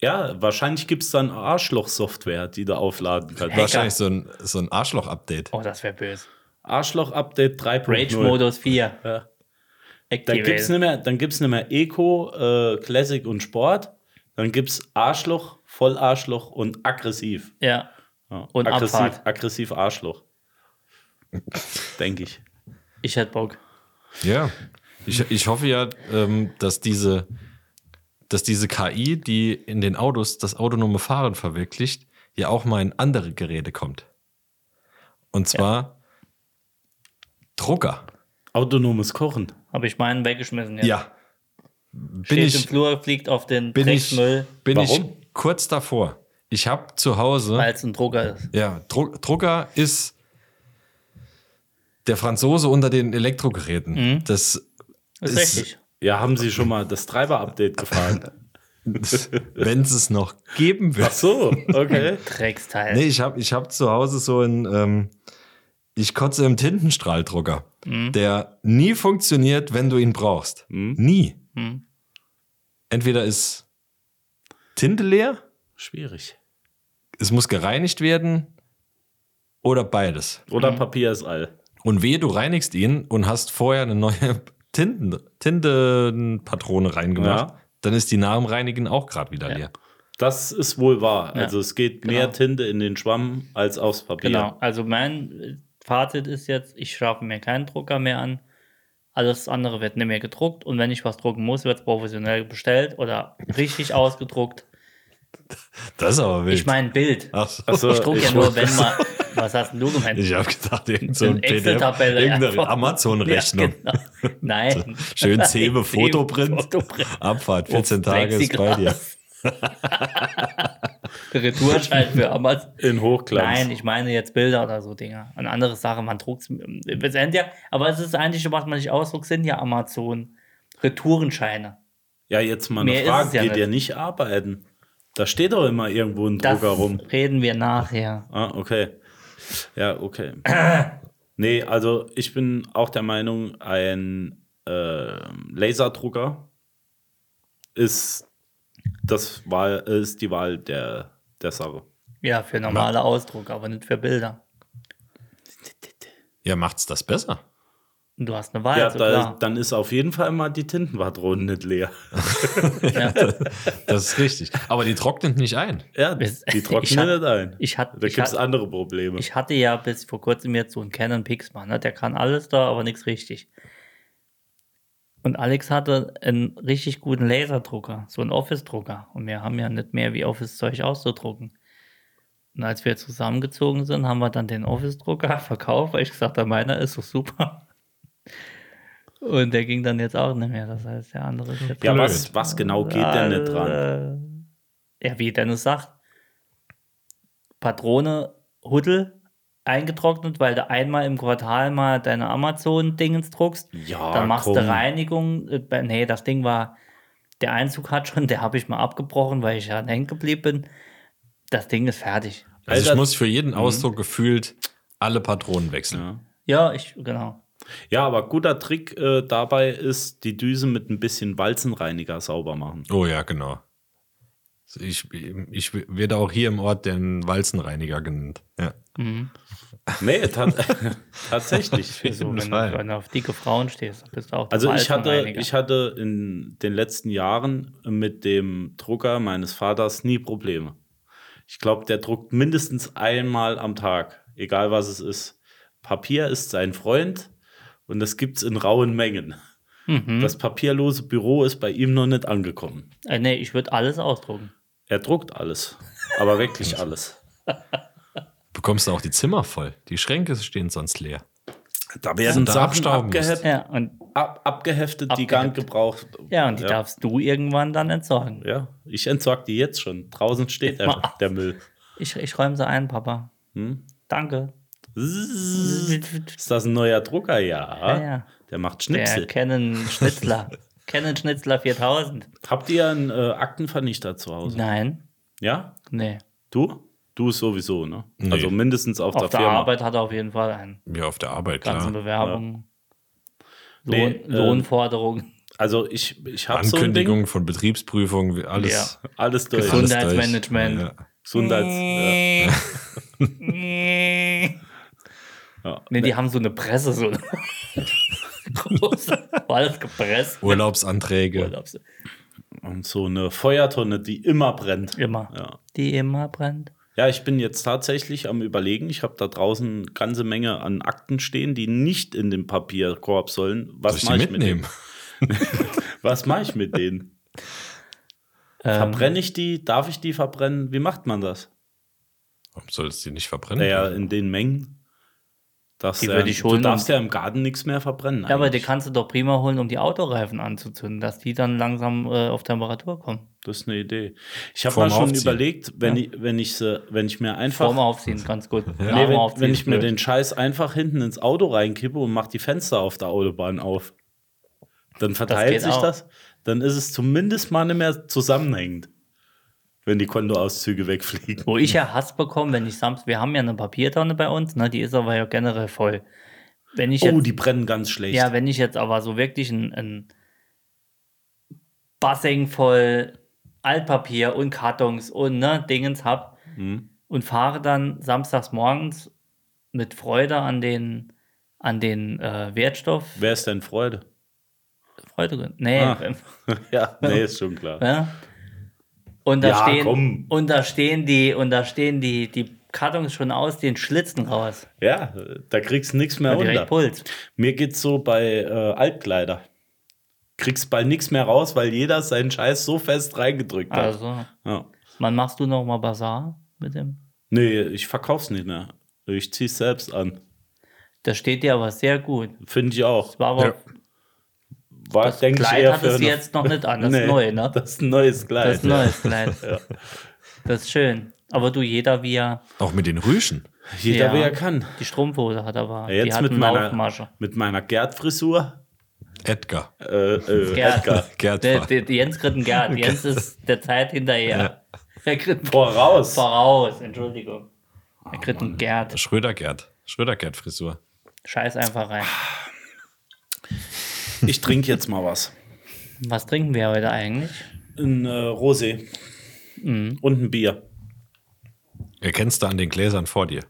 Speaker 6: Ja, wahrscheinlich gibt es dann Arschloch-Software, die du aufladen kannst.
Speaker 4: Wahrscheinlich so ein, so ein Arschloch-Update.
Speaker 5: Oh, das wäre böse.
Speaker 6: Arschloch-Update 3.0.
Speaker 5: Rage-Modus 4.
Speaker 6: Ja. Dann
Speaker 5: Activate.
Speaker 6: gibt
Speaker 4: ne-
Speaker 6: es nicht mehr, dann gibt's nicht mehr Eco, äh, Classic und Sport. Dann gibt es Arschloch, Vollarschloch und aggressiv.
Speaker 5: Ja.
Speaker 6: Ja,
Speaker 5: Und
Speaker 6: aggressiv,
Speaker 5: Abfahrt.
Speaker 6: aggressiv Arschloch. Denke ich.
Speaker 5: Ich hätte Bock.
Speaker 4: Ja. Ich, ich hoffe ja, ähm, dass diese, dass diese KI, die in den Autos das autonome Fahren verwirklicht, ja auch mal in andere Geräte kommt. Und zwar Drucker.
Speaker 6: Autonomes Kochen.
Speaker 5: Habe ich meinen weggeschmissen. jetzt.
Speaker 4: Ja. Bin
Speaker 5: Steht im
Speaker 4: ich,
Speaker 5: Flur, fliegt auf den
Speaker 4: bin ich,
Speaker 5: Drecksmüll,
Speaker 4: bin ich
Speaker 6: Warum?
Speaker 4: kurz davor. Ich habe zu Hause.
Speaker 5: weil es ein Drucker ist.
Speaker 4: Ja, Dru Drucker ist der Franzose unter den Elektrogeräten. Mhm. Das
Speaker 5: Ist,
Speaker 4: Ist-
Speaker 5: richtig.
Speaker 6: Ja, haben Sie schon mal das Treiber-Update gefahren?
Speaker 4: wenn es es noch geben
Speaker 6: Ach
Speaker 4: wird.
Speaker 6: so, okay.
Speaker 5: Drecksteil.
Speaker 4: Nee, ich habe ich hab zu Hause so einen, ähm, ich kotze im Tintenstrahldrucker, der nie funktioniert, wenn du ihn brauchst. Nie. Entweder ist Tinte leer,
Speaker 6: Schwierig.
Speaker 4: es muss gereinigt werden oder beides.
Speaker 6: Oder Papier ist all.
Speaker 4: Und wehe, du reinigst ihn und hast vorher eine neue Tinten, Tintenpatrone reingemacht,
Speaker 6: Ja.
Speaker 4: dann ist die nach dem Reinigen auch gerade wieder leer.
Speaker 6: Das ist wohl wahr.
Speaker 5: Ja,
Speaker 6: Also es geht mehr Tinte in den Schwamm als aufs Papier.
Speaker 5: Genau. Also mein äh, Fazit ist jetzt, ich schaffe mir keinen Drucker mehr an. Alles andere wird nicht mehr gedruckt und wenn ich was drucken muss, wird es professionell bestellt oder richtig ausgedruckt.
Speaker 4: Das ist aber wild.
Speaker 5: Ich meine Bild.
Speaker 4: Ach so.
Speaker 6: Ach so,
Speaker 5: Ich drucke ja
Speaker 6: ich
Speaker 5: nur,
Speaker 6: wollte-
Speaker 5: wenn mal. Was hast denn du gemeint?
Speaker 4: Ich habe gedacht, irgend so
Speaker 5: Eine
Speaker 4: ein PDF,
Speaker 5: Excel-Tabelle,
Speaker 4: irgendeine
Speaker 5: ja.
Speaker 4: Amazon-Rechnung.
Speaker 5: Ja, genau. Nein.
Speaker 4: Schön Zebe,
Speaker 5: Nein,
Speaker 4: Fotoprint.
Speaker 5: Fotoprint.
Speaker 4: Abfahrt, 14
Speaker 5: Auf
Speaker 4: Tage ist bei dir.
Speaker 5: Plexiglas. Retourenschein für Amazon.
Speaker 6: In Hochglanz.
Speaker 5: Nein, ich meine jetzt Bilder oder so Dinger. Eine andere Sache, man druckt es letztendlich. ja, Aber es ist eigentlich, was man sich ausdruckt, sind ja Amazon. Retourenscheine.
Speaker 6: Ja, jetzt mal eine
Speaker 5: Mehr ist
Speaker 6: Frage.
Speaker 5: es ja
Speaker 6: geht
Speaker 5: nicht.
Speaker 6: ihr nicht arbeiten? Da steht doch immer irgendwo ein
Speaker 5: Das
Speaker 6: Drucker rum.
Speaker 5: reden wir nachher.
Speaker 6: Ah, okay. Ja, okay. nee, also ich bin auch der Meinung, ein äh, Laserdrucker ist das Wahl, ist die Wahl der, der Sache.
Speaker 5: Ja, für normale Ausdruck, aber nicht für Bilder.
Speaker 4: Ja, macht's das besser?
Speaker 5: Und du hast eine Wahl.
Speaker 6: ja,
Speaker 5: so
Speaker 6: da,
Speaker 5: Also, klar.
Speaker 6: dann ist auf jeden Fall mal die Tintenpatrone nicht leer.
Speaker 4: Das ist richtig. Aber die trocknet nicht ein.
Speaker 6: Ja,
Speaker 5: Bis-
Speaker 6: die
Speaker 5: Ich
Speaker 6: trocknen
Speaker 5: hab-
Speaker 6: nicht ein.
Speaker 5: ich hab-
Speaker 6: da
Speaker 5: ich
Speaker 6: gibt es
Speaker 5: hab-
Speaker 6: andere Probleme.
Speaker 5: Ich hatte ja bis vor kurzem jetzt so einen Canon Pixma, ne? der kann alles da, aber nichts richtig. Und Alex hatte einen richtig guten Laserdrucker, so einen Office-Drucker. Und wir haben ja nicht mehr wie Office-Zeug auszudrucken. Und als wir zusammengezogen sind, haben wir dann den Office-Drucker verkauft, weil ich gesagt habe, meiner ist so super. Und der ging dann jetzt auch nicht mehr. Das heißt, der andere ist jetzt
Speaker 6: ja,
Speaker 5: auch-
Speaker 6: was, was genau geht denn nicht dran?
Speaker 5: Ja, wie Dennis sagt, Patrone, Huddel eingetrocknet, weil du einmal im Quartal mal deine Amazon-Dingens druckst.
Speaker 6: Ja,
Speaker 5: Dann machst
Speaker 6: komm.
Speaker 5: du Reinigung. Äh, bei- Nee, das Ding war, der Einzug hat schon, der habe ich mal abgebrochen, weil ich ja hängen geblieben bin. Das Ding ist fertig.
Speaker 4: Also
Speaker 6: Alter-
Speaker 4: ich muss für
Speaker 5: Mhm.
Speaker 4: jeden Ausdruck gefühlt alle Patronen wechseln.
Speaker 5: Ja, ich, genau.
Speaker 6: Ja, aber guter Trick äh, dabei ist, die Düse mit ein bisschen Walzenreiniger sauber machen.
Speaker 4: Oh ja, genau. Ich, ich werde auch hier im Ort den Walzenreiniger genannt. Ja.
Speaker 6: Nee, ta tatsächlich.
Speaker 5: So, wenn,
Speaker 4: Fall.
Speaker 5: du, wenn du auf dicke Frauen stehst, dann bist du auch der
Speaker 6: Also ich hatte,
Speaker 5: Balkenreiniger.
Speaker 6: ich hatte in den letzten Jahren mit dem Drucker meines Vaters nie Probleme. Ich glaube, der druckt mindestens einmal am Tag, egal was es ist. Papier ist sein Freund und das gibt es in rauen Mengen.
Speaker 5: Mhm.
Speaker 6: Das papierlose Büro ist bei ihm noch nicht angekommen.
Speaker 5: Äh, nee, ich würde alles ausdrucken.
Speaker 6: Er druckt alles, aber wirklich alles.
Speaker 4: Bekommst du auch die Zimmer voll. Die Schränke stehen sonst leer.
Speaker 6: Da
Speaker 5: Also
Speaker 4: werden Sachen abgeheftet.
Speaker 5: Ja, und
Speaker 6: ab, abgeheftet, die
Speaker 5: Abgeheftet.
Speaker 6: gar nicht gebraucht.
Speaker 5: Ja, und die darfst du irgendwann dann entsorgen.
Speaker 6: Ja, ich entsorge die jetzt schon. Draußen steht
Speaker 5: Mal
Speaker 6: der,
Speaker 5: ab.
Speaker 6: der Müll.
Speaker 5: Ich, ich räume sie ein, Papa.
Speaker 6: Hm?
Speaker 5: Danke.
Speaker 6: Ist das ein neuer Drucker? Ja.
Speaker 5: Ja, ja.
Speaker 6: Der macht
Speaker 5: Der
Speaker 6: Schnipsel.
Speaker 5: Canon Schnitzler. Canon Schnitzler 4000.
Speaker 6: Habt ihr einen äh, Aktenvernichter zu Hause?
Speaker 5: Nein,
Speaker 6: Ja?
Speaker 5: nee.
Speaker 6: Du? Du sowieso, ne?
Speaker 4: Nee.
Speaker 6: Also mindestens auf,
Speaker 5: Auf
Speaker 6: der
Speaker 5: der
Speaker 6: Firma.
Speaker 5: Arbeit hat er auf jeden Fall einen.
Speaker 4: Ja, auf der Arbeit,
Speaker 5: Ganzen
Speaker 4: klar.
Speaker 5: Bewerbungen.
Speaker 6: Nee,
Speaker 5: Lohn,
Speaker 6: ähm,
Speaker 5: Lohnforderungen.
Speaker 6: Also ich, ich habe so ein Ding,
Speaker 4: Ankündigung von Betriebsprüfung, wie- alles.
Speaker 5: Ja.
Speaker 6: alles
Speaker 4: alles durch.
Speaker 6: durch.
Speaker 5: Gesundheitsmanagement.
Speaker 4: Ja.
Speaker 6: Gesundheits.
Speaker 5: Ne, die haben so eine Presse, so eine große, war alles gepresst.
Speaker 4: Urlaubsanträge.
Speaker 5: Urlaubs-
Speaker 6: Ja. Und so eine Feuertonne, die immer brennt.
Speaker 5: Immer.
Speaker 6: Ja.
Speaker 5: Die immer brennt.
Speaker 6: Ja, ich bin jetzt tatsächlich am Überlegen. Ich habe da draußen eine ganze Menge an Akten stehen, die nicht in den Papierkorb sollen.
Speaker 4: Soll
Speaker 6: Was
Speaker 4: ich
Speaker 6: mache
Speaker 4: die
Speaker 6: ich
Speaker 4: mitnehmen?
Speaker 6: mit denen? Was mache ich mit denen?
Speaker 5: Ähm,
Speaker 6: Verbrenne ich die? Darf ich die verbrennen? Wie macht man das?
Speaker 4: Warum sollst du die nicht verbrennen?
Speaker 6: Naja, in den Mengen. Darfst
Speaker 5: Mhm. Die
Speaker 6: ja,
Speaker 5: würde ich holen
Speaker 6: du darfst
Speaker 5: und-
Speaker 6: ja im Garten nichts mehr verbrennen.
Speaker 5: Ja, aber die
Speaker 6: eigentlich.
Speaker 5: kannst du doch prima holen, um die Autoreifen anzuzünden, dass die dann langsam äh, auf Temperatur kommen.
Speaker 6: Das ist eine Idee. Ich habe
Speaker 4: Vorm
Speaker 6: mal schon
Speaker 4: Aufziehen.
Speaker 6: überlegt, wenn, ich, wenn, ich, sie- wenn ich mir einfach.
Speaker 5: Form aufziehen, ganz gut. Ja.
Speaker 6: Nee, wenn, wenn ich mir den Scheiß einfach hinten ins Auto reinkippe und mache die Fenster auf der Autobahn auf, dann verteilt
Speaker 5: geht
Speaker 6: sich
Speaker 5: auch.
Speaker 6: das. Dann ist es zumindest mal nicht mehr zusammenhängend, wenn die Kontoauszüge wegfliegen.
Speaker 5: Wo ich ja Hass bekomme, wenn ich samstags, wir haben ja eine Papiertonne bei uns, ne, die ist aber ja generell voll. Wenn ich
Speaker 6: Oh,
Speaker 5: jetzt,
Speaker 6: die brennen ganz schlecht.
Speaker 5: ja, wenn ich jetzt aber so wirklich ein, ein Bassing voll Altpapier und Kartons und ne, Dingens hab
Speaker 6: Mhm.
Speaker 5: und fahre dann samstags morgens mit Freude an den, an den äh, Wertstoff.
Speaker 6: Wer ist denn Freude?
Speaker 5: Freude, nee,
Speaker 6: Ah. ja, nee, ist schon klar.
Speaker 5: Ja. Und da
Speaker 6: Ja,
Speaker 5: stehen,
Speaker 6: komm.
Speaker 5: und da stehen die, und da stehen die, die Kartons schon aus den Schlitzen raus.
Speaker 6: Ja, da kriegst du nichts mehr
Speaker 5: Ja, direkt
Speaker 6: runter.
Speaker 5: Puls.
Speaker 6: Mir geht's so bei äh, Altkleider. Kriegst bald nichts mehr raus, weil jeder seinen Scheiß so fest reingedrückt hat.
Speaker 5: Also,
Speaker 6: Ja.
Speaker 5: wann machst du noch mal Bazar mit dem?
Speaker 6: Nee, ich verkauf's nicht mehr. Ich zieh's selbst an.
Speaker 5: Das steht dir aber sehr gut.
Speaker 6: Finde ich auch.
Speaker 5: War aber,
Speaker 4: Ja.
Speaker 6: War,
Speaker 5: Das
Speaker 6: denk
Speaker 5: Kleid
Speaker 6: ich eher
Speaker 5: hattest
Speaker 6: für
Speaker 5: du
Speaker 6: eine-
Speaker 5: jetzt noch nicht an, das ist neu, ne?
Speaker 6: Das ist ein neues Kleid.
Speaker 5: Das ist ein neues Kleid. Das ist schön. Aber du, jeder wie er,
Speaker 4: Auch mit den Rüschen.
Speaker 6: Jeder,
Speaker 5: Ja.
Speaker 6: wie er kann.
Speaker 5: die Strumpfhose hat aber, die
Speaker 6: Jetzt
Speaker 5: hat
Speaker 6: mit
Speaker 5: eine
Speaker 6: meiner,
Speaker 5: Aufmasche.
Speaker 6: mit meiner Gerd-Frisur.
Speaker 4: Edgar.
Speaker 6: Äh, äh,
Speaker 5: Gerd.
Speaker 6: Edgar.
Speaker 4: Gerd
Speaker 5: Der,
Speaker 4: war-
Speaker 5: der, der Jens kriegt einen Gerd. Jens ist der Zeit hinterher. Er kriegt einen
Speaker 6: Voraus.
Speaker 5: voraus, Entschuldigung. Er kriegt einen Gerd.
Speaker 4: Schröder-Gerd. Schröder-Gerd-Frisur.
Speaker 5: Scheiß einfach rein.
Speaker 6: Ich trinke jetzt mal was.
Speaker 5: Was trinken wir heute eigentlich?
Speaker 6: Ein äh, Rosé. Und ein Bier.
Speaker 4: Erkennst du an den Gläsern vor dir.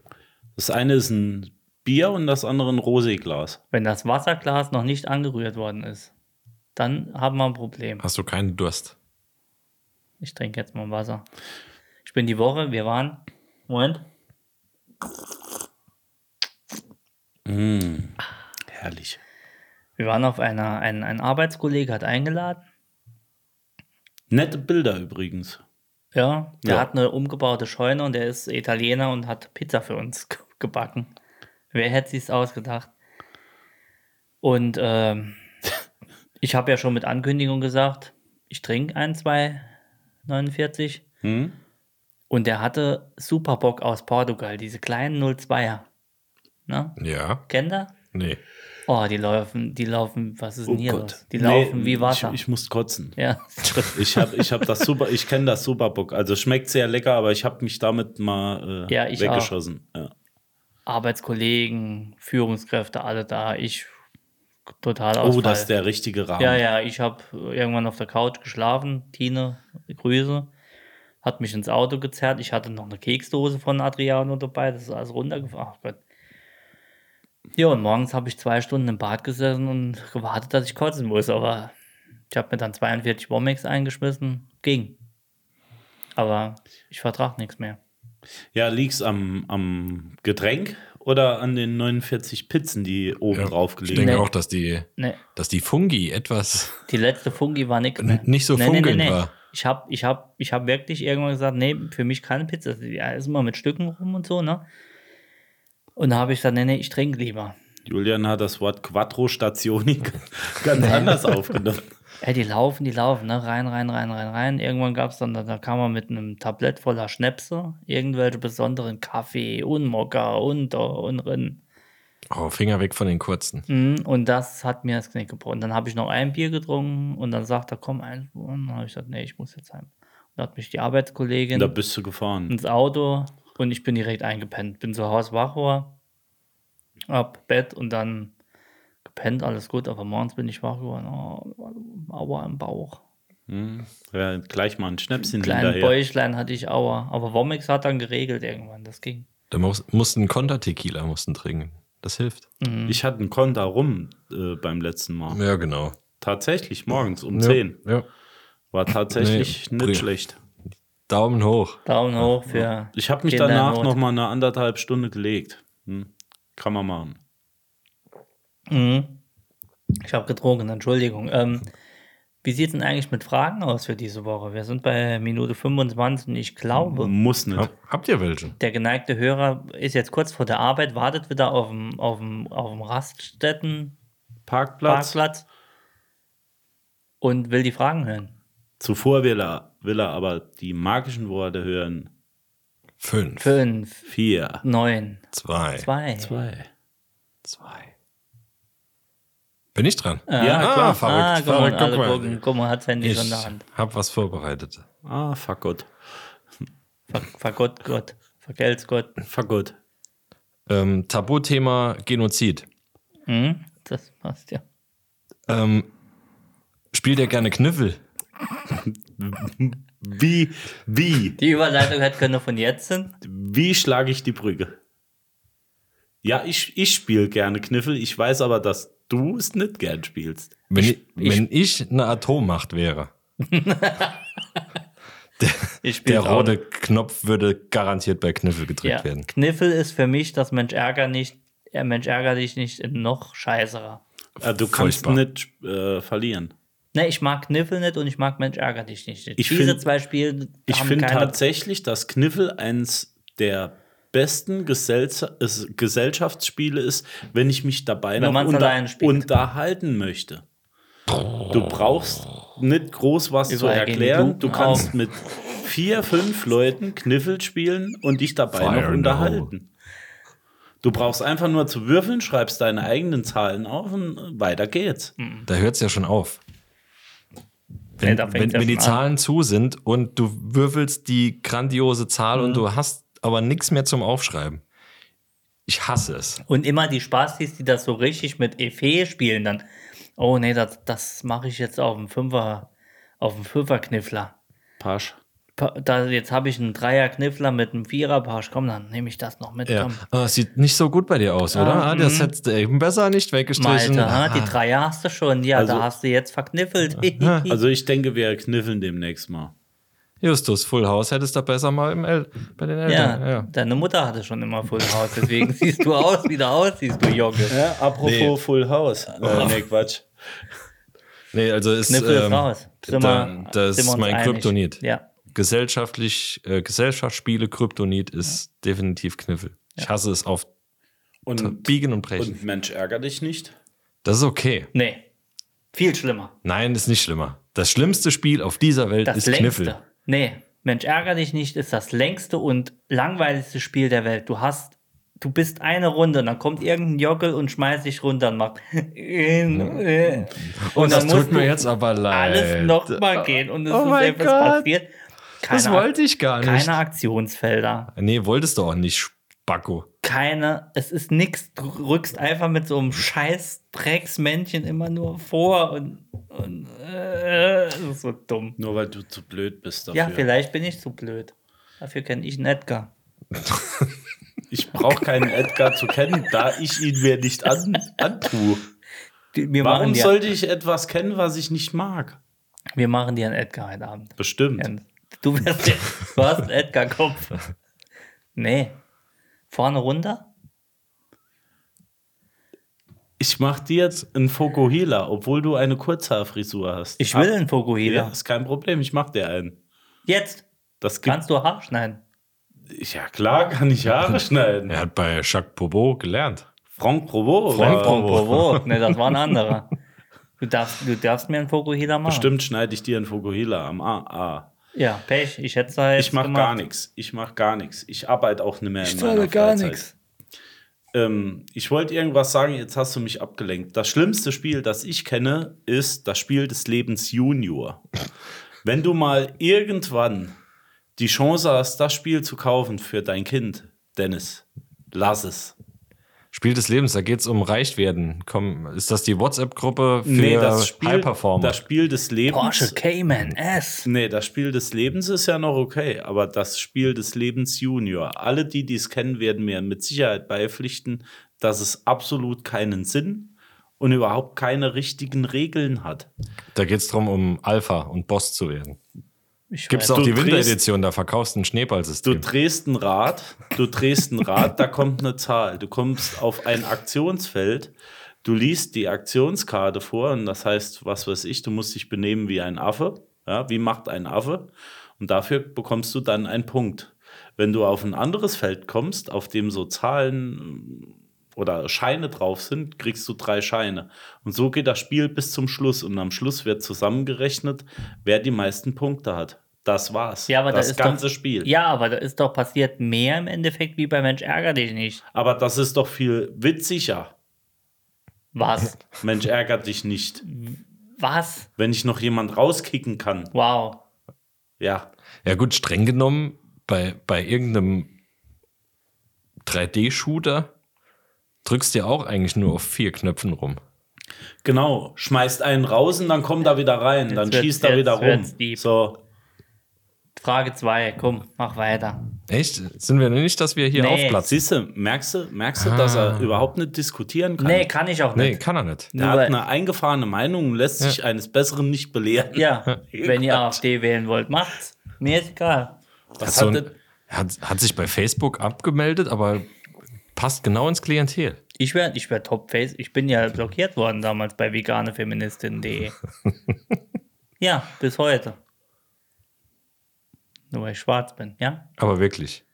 Speaker 6: Das eine ist ein Bier und das andere ein Rosé-Glas.
Speaker 5: Wenn das Wasserglas noch nicht angerührt worden ist, dann haben wir ein Problem.
Speaker 4: Hast du keinen Durst.
Speaker 5: Ich trinke jetzt mal Wasser. Ich bin die Woche, wir waren. Moment.
Speaker 6: Herrlich.
Speaker 5: Wir waren auf einer, ein, ein Arbeitskollege hat eingeladen.
Speaker 6: Nette Bilder übrigens.
Speaker 5: Ja, der
Speaker 6: Ja.
Speaker 5: hat eine umgebaute Scheune und der ist Italiener und hat Pizza für uns ge- gebacken. Wer hätte sich's ausgedacht? Und ähm, ich habe ja schon mit Ankündigung gesagt, ich trinke ein, zwei 49.
Speaker 6: Hm?
Speaker 5: Und der hatte super Bock aus Portugal, diese kleinen 02er. Na,
Speaker 4: Ja.
Speaker 5: kennt er?
Speaker 4: Nee.
Speaker 5: Oh, die laufen, die laufen, was ist denn hier los? Die
Speaker 6: Oh Nee,
Speaker 5: laufen wie Wasser.
Speaker 6: Ich, ich muss kotzen.
Speaker 5: ja,
Speaker 6: Ich habe ich hab das super, ich kenne das Superbook. Also schmeckt sehr lecker, aber ich habe mich damit mal äh,
Speaker 5: Ja, ich
Speaker 6: weggeschossen. Ja.
Speaker 5: Arbeitskollegen, Führungskräfte, alle da. Ich total
Speaker 6: Oh,
Speaker 5: Ausfall.
Speaker 6: das ist der richtige Rahmen.
Speaker 5: ja, ja, ich habe irgendwann auf der Couch geschlafen. Tine, Grüße. Hat mich ins Auto gezerrt. Ich hatte noch eine Keksdose von Adriano dabei. Das ist alles runtergefahren. Ach Gott. Ja, und morgens habe ich zwei Stunden im Bad gesessen und gewartet, dass ich kotzen muss. Aber ich habe mir dann 42 Womex eingeschmissen. Ging. Aber ich vertrage nichts mehr.
Speaker 6: Ja, liegt's am, am Getränk oder an den 49 Pizzen, die oben
Speaker 4: Ja.
Speaker 6: drauf
Speaker 4: Ich
Speaker 6: gelegen
Speaker 4: denke
Speaker 5: Nee.
Speaker 4: auch, dass die,
Speaker 5: Nee.
Speaker 4: dass die Fungi etwas.
Speaker 5: Die letzte Fungi war nichts mehr.
Speaker 4: Nicht so funkelnd war.
Speaker 5: Ich habe ich hab, ich hab wirklich irgendwann gesagt, nee, für mich keine Pizza. Die ist immer mit Stücken rum und so, ne? Und da habe ich gesagt, nee, nee, ich trinke lieber.
Speaker 6: Julian hat das Wort Quattro Stationi ganz anders aufgenommen.
Speaker 5: Ey, die laufen, die laufen, ne? Rein, rein, rein, rein, rein. Irgendwann gab es dann, da- da kam man mit einem Tablett voller Schnäpse, irgendwelche besonderen Kaffee und Mokka und, und Rinnen.
Speaker 4: Oh, Finger weg von den kurzen.
Speaker 5: Mhm, Und das hat mir das Knick gebrochen. Dann habe ich noch ein Bier getrunken und dann sagt er, komm, ein. Und dann habe ich gesagt, nee, ich muss jetzt heim. Und dann hat mich die Arbeitskollegin.
Speaker 6: Und da bist du gefahren.
Speaker 5: ins Auto und ich bin direkt eingepennt. Bin zu Hause wach war, ab Bett und dann gepennt, alles gut, aber morgens bin ich wach geworden. Oh, Aua im Bauch.
Speaker 6: Ja, gleich mal ein Schnäpschen
Speaker 5: Kleinen
Speaker 6: hinterher.
Speaker 5: Bäuchlein hatte ich Aua. Aber Womex hat dann geregelt irgendwann, das ging.
Speaker 4: Da muss- mussten einen Konter-Tequila mussten trinken. Das hilft.
Speaker 6: Ich hatte einen Konter rum äh, beim letzten
Speaker 5: Hm.
Speaker 6: Mal.
Speaker 4: Hm. Ja, genau.
Speaker 6: Tatsächlich, morgens um 10.
Speaker 4: Ja.
Speaker 6: War tatsächlich
Speaker 4: Nee,
Speaker 6: nicht
Speaker 4: prima.
Speaker 6: schlecht.
Speaker 4: Daumen hoch.
Speaker 5: Daumen hoch für.
Speaker 6: Ich habe mich
Speaker 5: Kinder in
Speaker 6: danach
Speaker 5: Not.
Speaker 6: noch mal eine anderthalb Stunde gelegt. Hm. Kann man machen.
Speaker 5: Mhm. Ich habe getrunken, Entschuldigung. Ähm, wie sieht es denn eigentlich mit Fragen aus für diese Woche? Wir sind bei Minute 25 und ich glaube,
Speaker 6: Muss nicht.
Speaker 4: Ha- Habt ihr welche?
Speaker 5: der geneigte Hörer ist jetzt kurz vor der Arbeit, wartet wieder auf dem, auf dem, auf dem Raststättenparkplatz
Speaker 6: Parkplatz.
Speaker 5: und will die Fragen hören.
Speaker 6: Zuvor will er, will er aber die magischen Worte hören.
Speaker 4: Fünf,
Speaker 5: Fünf,
Speaker 6: Vier.
Speaker 5: neun,
Speaker 4: zwei,
Speaker 5: zwei.
Speaker 6: Zwei.
Speaker 4: zwei. Bin ich dran?
Speaker 6: Ja,
Speaker 4: ah,
Speaker 6: klar.
Speaker 4: verrückt.
Speaker 5: ah, guck mal,
Speaker 4: verrückt.
Speaker 5: alle
Speaker 4: Guck
Speaker 5: gucken.
Speaker 4: mal.
Speaker 5: Guck mal, hat sein Handy schon in der Hand.
Speaker 4: Ich hab was vorbereitet.
Speaker 6: Ah, fuck Gott.
Speaker 5: Ver, vergott Gott, vergelt's Gott.
Speaker 6: Fuck Gott.
Speaker 4: Ähm, Tabuthema Genozid.
Speaker 5: Hm? Das passt ja.
Speaker 4: Ähm, spielt ihr gerne Kniffel?
Speaker 6: Wie, wie,
Speaker 5: Die Überleitung hat können von jetzt sein.
Speaker 6: wie schlage ich die Brücke? Ja, ich, ich spiele gerne Kniffel. Ich weiß aber, dass du es nicht gern spielst.
Speaker 4: Wenn ich, wenn ich eine Atommacht wäre,
Speaker 5: Ich
Speaker 4: der
Speaker 5: spiel's auch.
Speaker 4: rote Knopf würde garantiert bei Kniffel gedrückt
Speaker 5: ja.
Speaker 4: werden.
Speaker 5: Kniffel ist für mich, dass Mensch ärger nicht, äh, Mensch ärger dich nicht in noch scheißerer.
Speaker 6: Äh, du kannst
Speaker 4: Furchtbar.
Speaker 6: nicht äh, verlieren.
Speaker 5: Ne, ich mag Kniffel nicht und ich mag Mensch ärger dich nicht.
Speaker 6: Ich
Speaker 5: Diese
Speaker 6: find-
Speaker 5: zwei Spiele
Speaker 6: Ich
Speaker 5: haben
Speaker 6: finde
Speaker 5: keine
Speaker 6: tatsächlich, dass Kniffel eins der besten Gesell es- Gesellschaftsspiele ist, wenn ich mich dabei noch
Speaker 5: man's alleine spielt.
Speaker 6: unterhalten möchte. Du brauchst nicht groß was
Speaker 5: Überall gehen
Speaker 6: zu
Speaker 5: die
Speaker 6: erklären. Du
Speaker 5: Luken
Speaker 6: kannst
Speaker 5: auf.
Speaker 6: mit vier, fünf Leuten Kniffel spielen und dich dabei
Speaker 4: Fire in
Speaker 6: noch
Speaker 4: the
Speaker 6: unterhalten. Du brauchst einfach nur zu würfeln, schreibst deine eigenen Zahlen auf und weiter geht's.
Speaker 5: Hm.
Speaker 4: Da hört es ja schon auf. Wenn,
Speaker 5: da fängt's
Speaker 4: wenn,
Speaker 5: ja
Speaker 4: wenn die
Speaker 5: schon ah. an.
Speaker 4: Zahlen zu sind und du würfelst die grandiose Zahl
Speaker 5: Mhm.
Speaker 4: und du hast aber nichts mehr zum Aufschreiben. Ich hasse es.
Speaker 5: Und immer die Spastis, die das so richtig mit Efe spielen, dann, oh nee, das, das mache ich jetzt auf dem Fünfer, auf dem Fünferkniffler.
Speaker 6: Pasch.
Speaker 5: Pa- Da, jetzt habe ich einen Dreierkniffler mit einem Viererpasch, komm, dann nehme ich das noch mit.
Speaker 4: Ja.
Speaker 5: Komm. mhm.
Speaker 4: Ah, sieht nicht so gut bei dir aus, oder? Ah, das hättest du eben besser nicht weggestrichen.
Speaker 5: Malte, ha,
Speaker 4: Ah,
Speaker 5: die Dreier hast du schon, ja,
Speaker 6: Also-
Speaker 5: da hast du jetzt verkniffelt.
Speaker 6: Also ich denke, wir kniffeln demnächst mal.
Speaker 4: Justus, Full House hättest du besser mal im El bei den Eltern.
Speaker 5: ja,
Speaker 4: Ja.
Speaker 5: deine Mutter hatte schon immer Full House, deswegen siehst du aus, wie du aussiehst, du Jogge.
Speaker 6: Ja, apropos
Speaker 4: Nee.
Speaker 6: Full House. Äh, nee, Quatsch.
Speaker 4: Nee, also ist,
Speaker 5: Kniffel ist
Speaker 4: ähm,
Speaker 5: raus. Sind
Speaker 4: da,
Speaker 5: wir-
Speaker 4: das
Speaker 5: sind wir
Speaker 4: ist
Speaker 5: uns
Speaker 4: mein
Speaker 5: einig.
Speaker 4: Kryptonit.
Speaker 5: Ja.
Speaker 4: Gesellschaftlich, äh, Gesellschaftsspiele, Kryptonit ist definitiv Kniffel. Ich hasse es auf
Speaker 6: Und,
Speaker 4: Biegen und Brechen.
Speaker 6: und Mensch, ärger dich nicht.
Speaker 4: Das ist okay.
Speaker 5: Nee, viel schlimmer.
Speaker 4: Nein, ist nicht schlimmer. Das schlimmste Spiel auf dieser Welt
Speaker 5: Das
Speaker 4: ist
Speaker 5: längste.
Speaker 4: Kniffel.
Speaker 5: Nee, Mensch, ärger dich nicht, ist das längste und langweiligste Spiel der Welt. Du hast, du bist eine Runde und dann kommt irgendein Jockel und schmeißt dich runter und macht. Und,
Speaker 4: Und Oh, das tut mir
Speaker 5: du
Speaker 4: jetzt aber leid.
Speaker 5: alles nochmal gehen und es
Speaker 4: Äh, Oh
Speaker 5: ist
Speaker 4: mein
Speaker 5: etwas
Speaker 4: Gott.
Speaker 5: passiert. Keine,
Speaker 4: Das wollte ich gar nicht.
Speaker 5: Keine Aktionsfelder.
Speaker 4: Nee, wolltest du auch nicht, Spacko.
Speaker 5: Keine, es ist nichts. Du rückst einfach mit so einem scheiß Drecksmännchen immer nur vor und, und äh, das ist so dumm.
Speaker 6: Nur weil du zu blöd bist dafür.
Speaker 5: Ja, vielleicht bin ich zu blöd. Dafür kenne ich einen Edgar.
Speaker 6: Ich brauche keinen Edgar zu kennen, da ich ihn mir nicht an, antue.
Speaker 5: Die- Wir machen,
Speaker 6: Warum
Speaker 5: dir,
Speaker 6: sollte ich etwas kennen, was ich nicht mag?
Speaker 5: wir machen dir einen Edgar heute Abend.
Speaker 6: Bestimmt.
Speaker 5: Jens. Du, wirst, dir- du hast einen Edgar-Kopf. Nee. Vorne runter?
Speaker 6: Ich mach dir jetzt einen Fokuhila, obwohl du eine Kurzhaarfrisur hast.
Speaker 5: Ich will
Speaker 6: Ah,
Speaker 5: einen
Speaker 6: Ja,
Speaker 5: Fokuhila.
Speaker 6: ist kein Problem, ich mach dir einen.
Speaker 5: Jetzt
Speaker 6: Das gibt,
Speaker 5: kannst du Haar schneiden.
Speaker 6: ja klar, kann ich Haare schneiden.
Speaker 4: Er hat bei Jacques Bobo gelernt.
Speaker 6: Franck Provo.
Speaker 5: Frank
Speaker 6: war-
Speaker 5: von Provost. Nee, das war ein anderer. Du darfst, du darfst mir einen Fokuhila machen.
Speaker 6: Bestimmt schneide ich dir einen Fokuhila am AA.
Speaker 5: Ja, Pech. Ich hätte es da jetzt
Speaker 6: Ich mache
Speaker 5: gemacht.
Speaker 6: gar nichts. Ich mache gar nichts. Ich arbeite auch nicht mehr in
Speaker 5: Ich
Speaker 6: meiner
Speaker 5: zahle gar
Speaker 6: Freizeit.
Speaker 5: nichts.
Speaker 6: Ähm, ich wollte irgendwas sagen, jetzt hast du mich abgelenkt. Das schlimmste Spiel, das ich kenne, ist das Spiel des Lebens Junior. Wenn du mal irgendwann die Chance hast, das Spiel zu kaufen für dein Kind, Dennis, lass es.
Speaker 4: Spiel des Lebens, da geht es um Reichwerden. Komm, ist das die WhatsApp-Gruppe für High-Performer?
Speaker 6: das Spiel des
Speaker 5: Porsche
Speaker 6: Lebens.
Speaker 5: Cayman S.
Speaker 6: Nee, das Spiel des Lebens ist ja noch okay, aber das Spiel des Lebens Junior. Alle, die dies kennen, werden mir mit Sicherheit beipflichten, dass es absolut keinen Sinn und überhaupt keine richtigen Regeln hat.
Speaker 4: Da geht es darum, um Alpha und Boss zu werden.
Speaker 5: Ich
Speaker 4: Gibt es
Speaker 5: weiß
Speaker 4: auch
Speaker 6: Du
Speaker 4: die
Speaker 6: drehst-
Speaker 4: Winteredition, da verkaufst du ein
Speaker 6: Du
Speaker 4: Schneeballsystem.
Speaker 6: drehst ein Rad, du drehst ein Rad, da kommt eine Zahl. Du kommst auf ein Aktionsfeld, du liest die Aktionskarte vor und das heißt, was weiß ich, du musst dich benehmen wie ein Affe. Ja, wie macht ein Affe? Und dafür bekommst du dann einen Punkt. Wenn du auf ein anderes Feld kommst, auf dem so Zahlen äh, oder Scheine drauf sind, kriegst du drei Scheine. Und so geht das Spiel bis zum Schluss. Und am Schluss wird zusammengerechnet, wer die meisten Punkte hat. Das war's.
Speaker 5: Ja, aber
Speaker 6: das
Speaker 5: da ist
Speaker 6: ganze
Speaker 5: doch,
Speaker 6: Spiel.
Speaker 5: Ja, aber da ist doch passiert mehr im Endeffekt wie bei Mensch ärger dich nicht.
Speaker 6: Aber das ist doch viel witziger.
Speaker 5: Was?
Speaker 6: Mensch, ärgert dich nicht.
Speaker 5: Was?
Speaker 6: Wenn ich noch jemand rauskicken kann.
Speaker 5: Wow.
Speaker 6: Ja.
Speaker 4: Ja gut, streng genommen, bei, bei irgendeinem 3D-Shooter drückst du ja auch eigentlich nur auf vier Knöpfen rum.
Speaker 6: Genau. Schmeißt einen raus und dann kommt er wieder rein. dann
Speaker 5: wird's-
Speaker 6: schießt er
Speaker 5: jetzt
Speaker 6: wieder rum.
Speaker 5: wird's deep.
Speaker 6: So.
Speaker 5: Frage 2, komm, mach weiter.
Speaker 4: Echt? Sind wir nicht, dass wir hier
Speaker 5: Nee.
Speaker 4: aufplatzen?
Speaker 6: Siehst du, merkst du, merkst du, dass er überhaupt nicht diskutieren kann?
Speaker 5: Ah. Nee, kann ich auch
Speaker 4: Nee,
Speaker 5: nicht.
Speaker 4: kann er nicht.
Speaker 6: Er hat
Speaker 5: nur-
Speaker 6: eine eingefahrene Meinung und lässt sich eines Besseren nicht belehren.
Speaker 5: Ja, wenn ihr AfD wählen wollt, macht's. Mir ist egal.
Speaker 6: Was
Speaker 4: So
Speaker 6: hat
Speaker 4: ein,
Speaker 6: denn-
Speaker 4: hat, hat sich bei Facebook abgemeldet, aber passt genau ins Klientel.
Speaker 5: Ich wäre ich wär Topface. Ich bin ja blockiert worden damals bei veganefeministin.de. ja, bis heute. Nur weil ich schwarz bin, ja?
Speaker 4: Aber wirklich.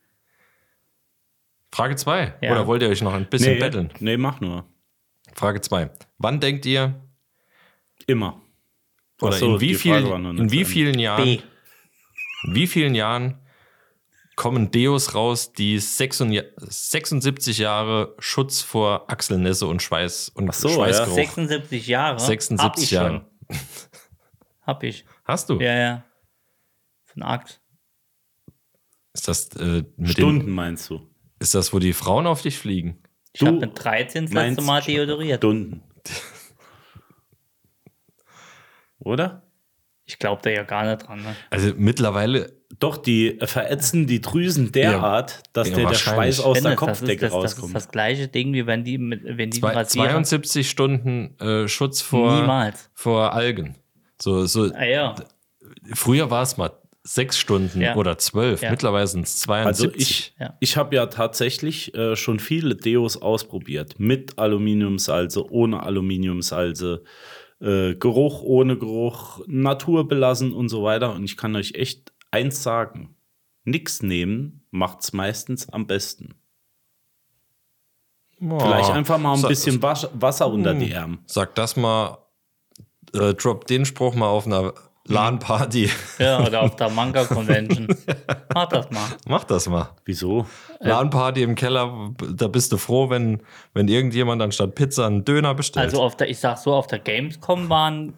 Speaker 4: Frage 2.
Speaker 5: Ja.
Speaker 4: Oder wollt ihr euch noch ein bisschen
Speaker 6: nee,
Speaker 4: betteln?
Speaker 6: nee, mach nur.
Speaker 4: Frage 2. Wann denkt ihr,
Speaker 6: Immer.
Speaker 4: oder
Speaker 6: Ach so,
Speaker 4: in, wie
Speaker 6: die
Speaker 4: viel,
Speaker 6: Frage war noch nicht
Speaker 4: in
Speaker 6: zu
Speaker 4: wie
Speaker 6: Ende.
Speaker 4: vielen Jahren
Speaker 5: B.
Speaker 4: In wie vielen Jahren kommen Deos raus, die 66 76 Jahre Schutz vor Achselnässe und Schweiß und
Speaker 6: so,
Speaker 4: Schweißgeruch?
Speaker 5: 76 Jahre.
Speaker 4: 76
Speaker 5: hab ich
Speaker 4: Jahre.
Speaker 5: Schon. Hab ich.
Speaker 4: Hast du?
Speaker 5: Ja, ja. Von Akt.
Speaker 4: Ist das äh, mit
Speaker 6: Stunden
Speaker 4: Den,
Speaker 6: meinst du?
Speaker 4: ist das, wo die Frauen auf dich fliegen?
Speaker 5: Ich
Speaker 6: Du
Speaker 5: habe mit 13 das letzte
Speaker 6: meinst
Speaker 5: Mal deodoriert.
Speaker 6: Stunden. Oder?
Speaker 5: Ich glaube da ja gar nicht dran. Ne?
Speaker 4: Also mittlerweile,
Speaker 6: Doch, die verätzen die Drüsen derart, dass
Speaker 4: Ja,
Speaker 6: dir der
Speaker 4: wahrscheinlich.
Speaker 6: Schweiß aus der
Speaker 5: Dennis,
Speaker 6: Kopfdecke
Speaker 5: das ist, das, das ist
Speaker 6: rauskommt.
Speaker 5: das gleiche Ding, wie wenn die, mit, wenn die
Speaker 4: zwei,
Speaker 5: rasieren.
Speaker 4: 72 Stunden äh, Schutz vor,
Speaker 5: Niemals.
Speaker 4: vor Algen. So, so,
Speaker 5: Ah, ja.
Speaker 4: früher war es mal sechs Stunden
Speaker 5: Ja.
Speaker 4: oder zwölf.
Speaker 5: Ja.
Speaker 4: Mittlerweile sind es
Speaker 6: also
Speaker 4: 72.
Speaker 6: ich,
Speaker 5: Ja.
Speaker 6: ich habe ja tatsächlich äh, schon viele Deos ausprobiert. Mit Aluminiumsalze, ohne Aluminiumsalze, äh, Geruch ohne Geruch, Natur belassen und so weiter. Und ich kann euch echt eins sagen. Nix nehmen macht's meistens am besten. Vielleicht
Speaker 4: Boah.
Speaker 6: einfach mal ein
Speaker 4: Sa-
Speaker 6: bisschen Wasch- Wasser unter
Speaker 4: Mm.
Speaker 6: die Ärmel.
Speaker 4: Sag das mal, äh, drop den Spruch mal auf einer LAN-Party.
Speaker 5: ja, oder auf der Manga Convention. Mach das mal.
Speaker 4: Mach das mal.
Speaker 6: Wieso?
Speaker 4: LAN-Party im Keller, da bist du froh, wenn, wenn irgendjemand anstatt Pizza einen Döner bestellt.
Speaker 5: Also auf der, ich sag so, auf der Gamescom waren,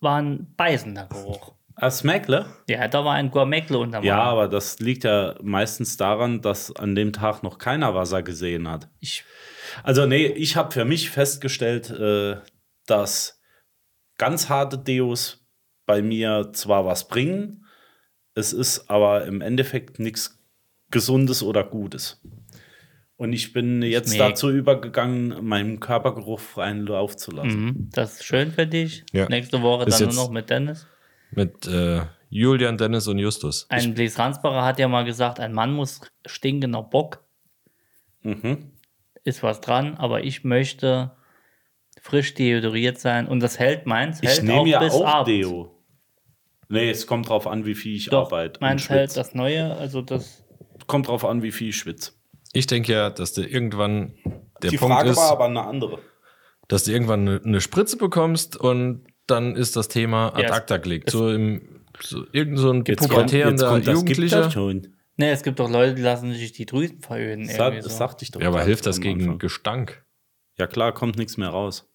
Speaker 5: waren beißender Geruch.
Speaker 6: Ah, Smackle?
Speaker 5: Ja, da war ein Gourmetle unterm
Speaker 6: Ja,
Speaker 5: Arm.
Speaker 6: aber das liegt ja meistens daran, dass an dem Tag noch keiner Wasser gesehen hat.
Speaker 5: Ich,
Speaker 6: Also, nee, ich habe für mich festgestellt, äh, dass ganz harte Deos bei mir zwar was bringen, es ist aber im Endeffekt nichts Gesundes oder Gutes. Und ich bin jetzt
Speaker 5: Nee.
Speaker 6: dazu übergegangen, meinem Körpergeruch freien Lauf zu lassen.
Speaker 5: mhm, das ist schön für dich.
Speaker 4: Ja.
Speaker 5: Nächste Woche
Speaker 4: Ist
Speaker 5: dann nur
Speaker 4: jetzt-
Speaker 5: noch mit Dennis.
Speaker 4: Mit äh, Julian, Dennis und Justus.
Speaker 5: Ein Blaise Ransbacher hat ja mal gesagt, ein Mann muss stinken nach Bock.
Speaker 6: Mhm.
Speaker 5: Ist was dran, aber ich möchte frisch deodoriert sein und das hält meins.
Speaker 6: Ich
Speaker 5: hält auch
Speaker 6: nehme ja
Speaker 5: bis
Speaker 6: auch
Speaker 5: abends.
Speaker 6: Deo. Nee, es kommt drauf an, wie viel ich
Speaker 5: Doch,
Speaker 6: arbeite. und
Speaker 5: meins
Speaker 6: schwitze.
Speaker 5: hält das Neue, also das.
Speaker 6: Kommt drauf an, wie viel ich schwitze.
Speaker 4: Ich denke ja, dass du irgendwann der Punkt ist,
Speaker 6: eine andere.
Speaker 4: dass du irgendwann eine, eine Spritze bekommst und dann ist das Thema ad
Speaker 5: Ja, es-
Speaker 4: acta gelegt. So im so irgend so ein
Speaker 6: Jetzt kommt, jetzt
Speaker 4: pubertierender
Speaker 6: kommt das Jugendliche.
Speaker 4: Jugendlicher.
Speaker 6: schon.
Speaker 5: Ne, es gibt doch Leute, die lassen sich die Drüsen veröden.
Speaker 6: Das,
Speaker 5: irgendwie
Speaker 6: sag,
Speaker 5: so.
Speaker 6: das sagte ich doch.
Speaker 4: Ja, aber
Speaker 6: gerade
Speaker 4: hilft das
Speaker 6: am
Speaker 4: gegen
Speaker 6: Anfang.
Speaker 4: Gestank?
Speaker 6: Ja klar, kommt nichts mehr raus.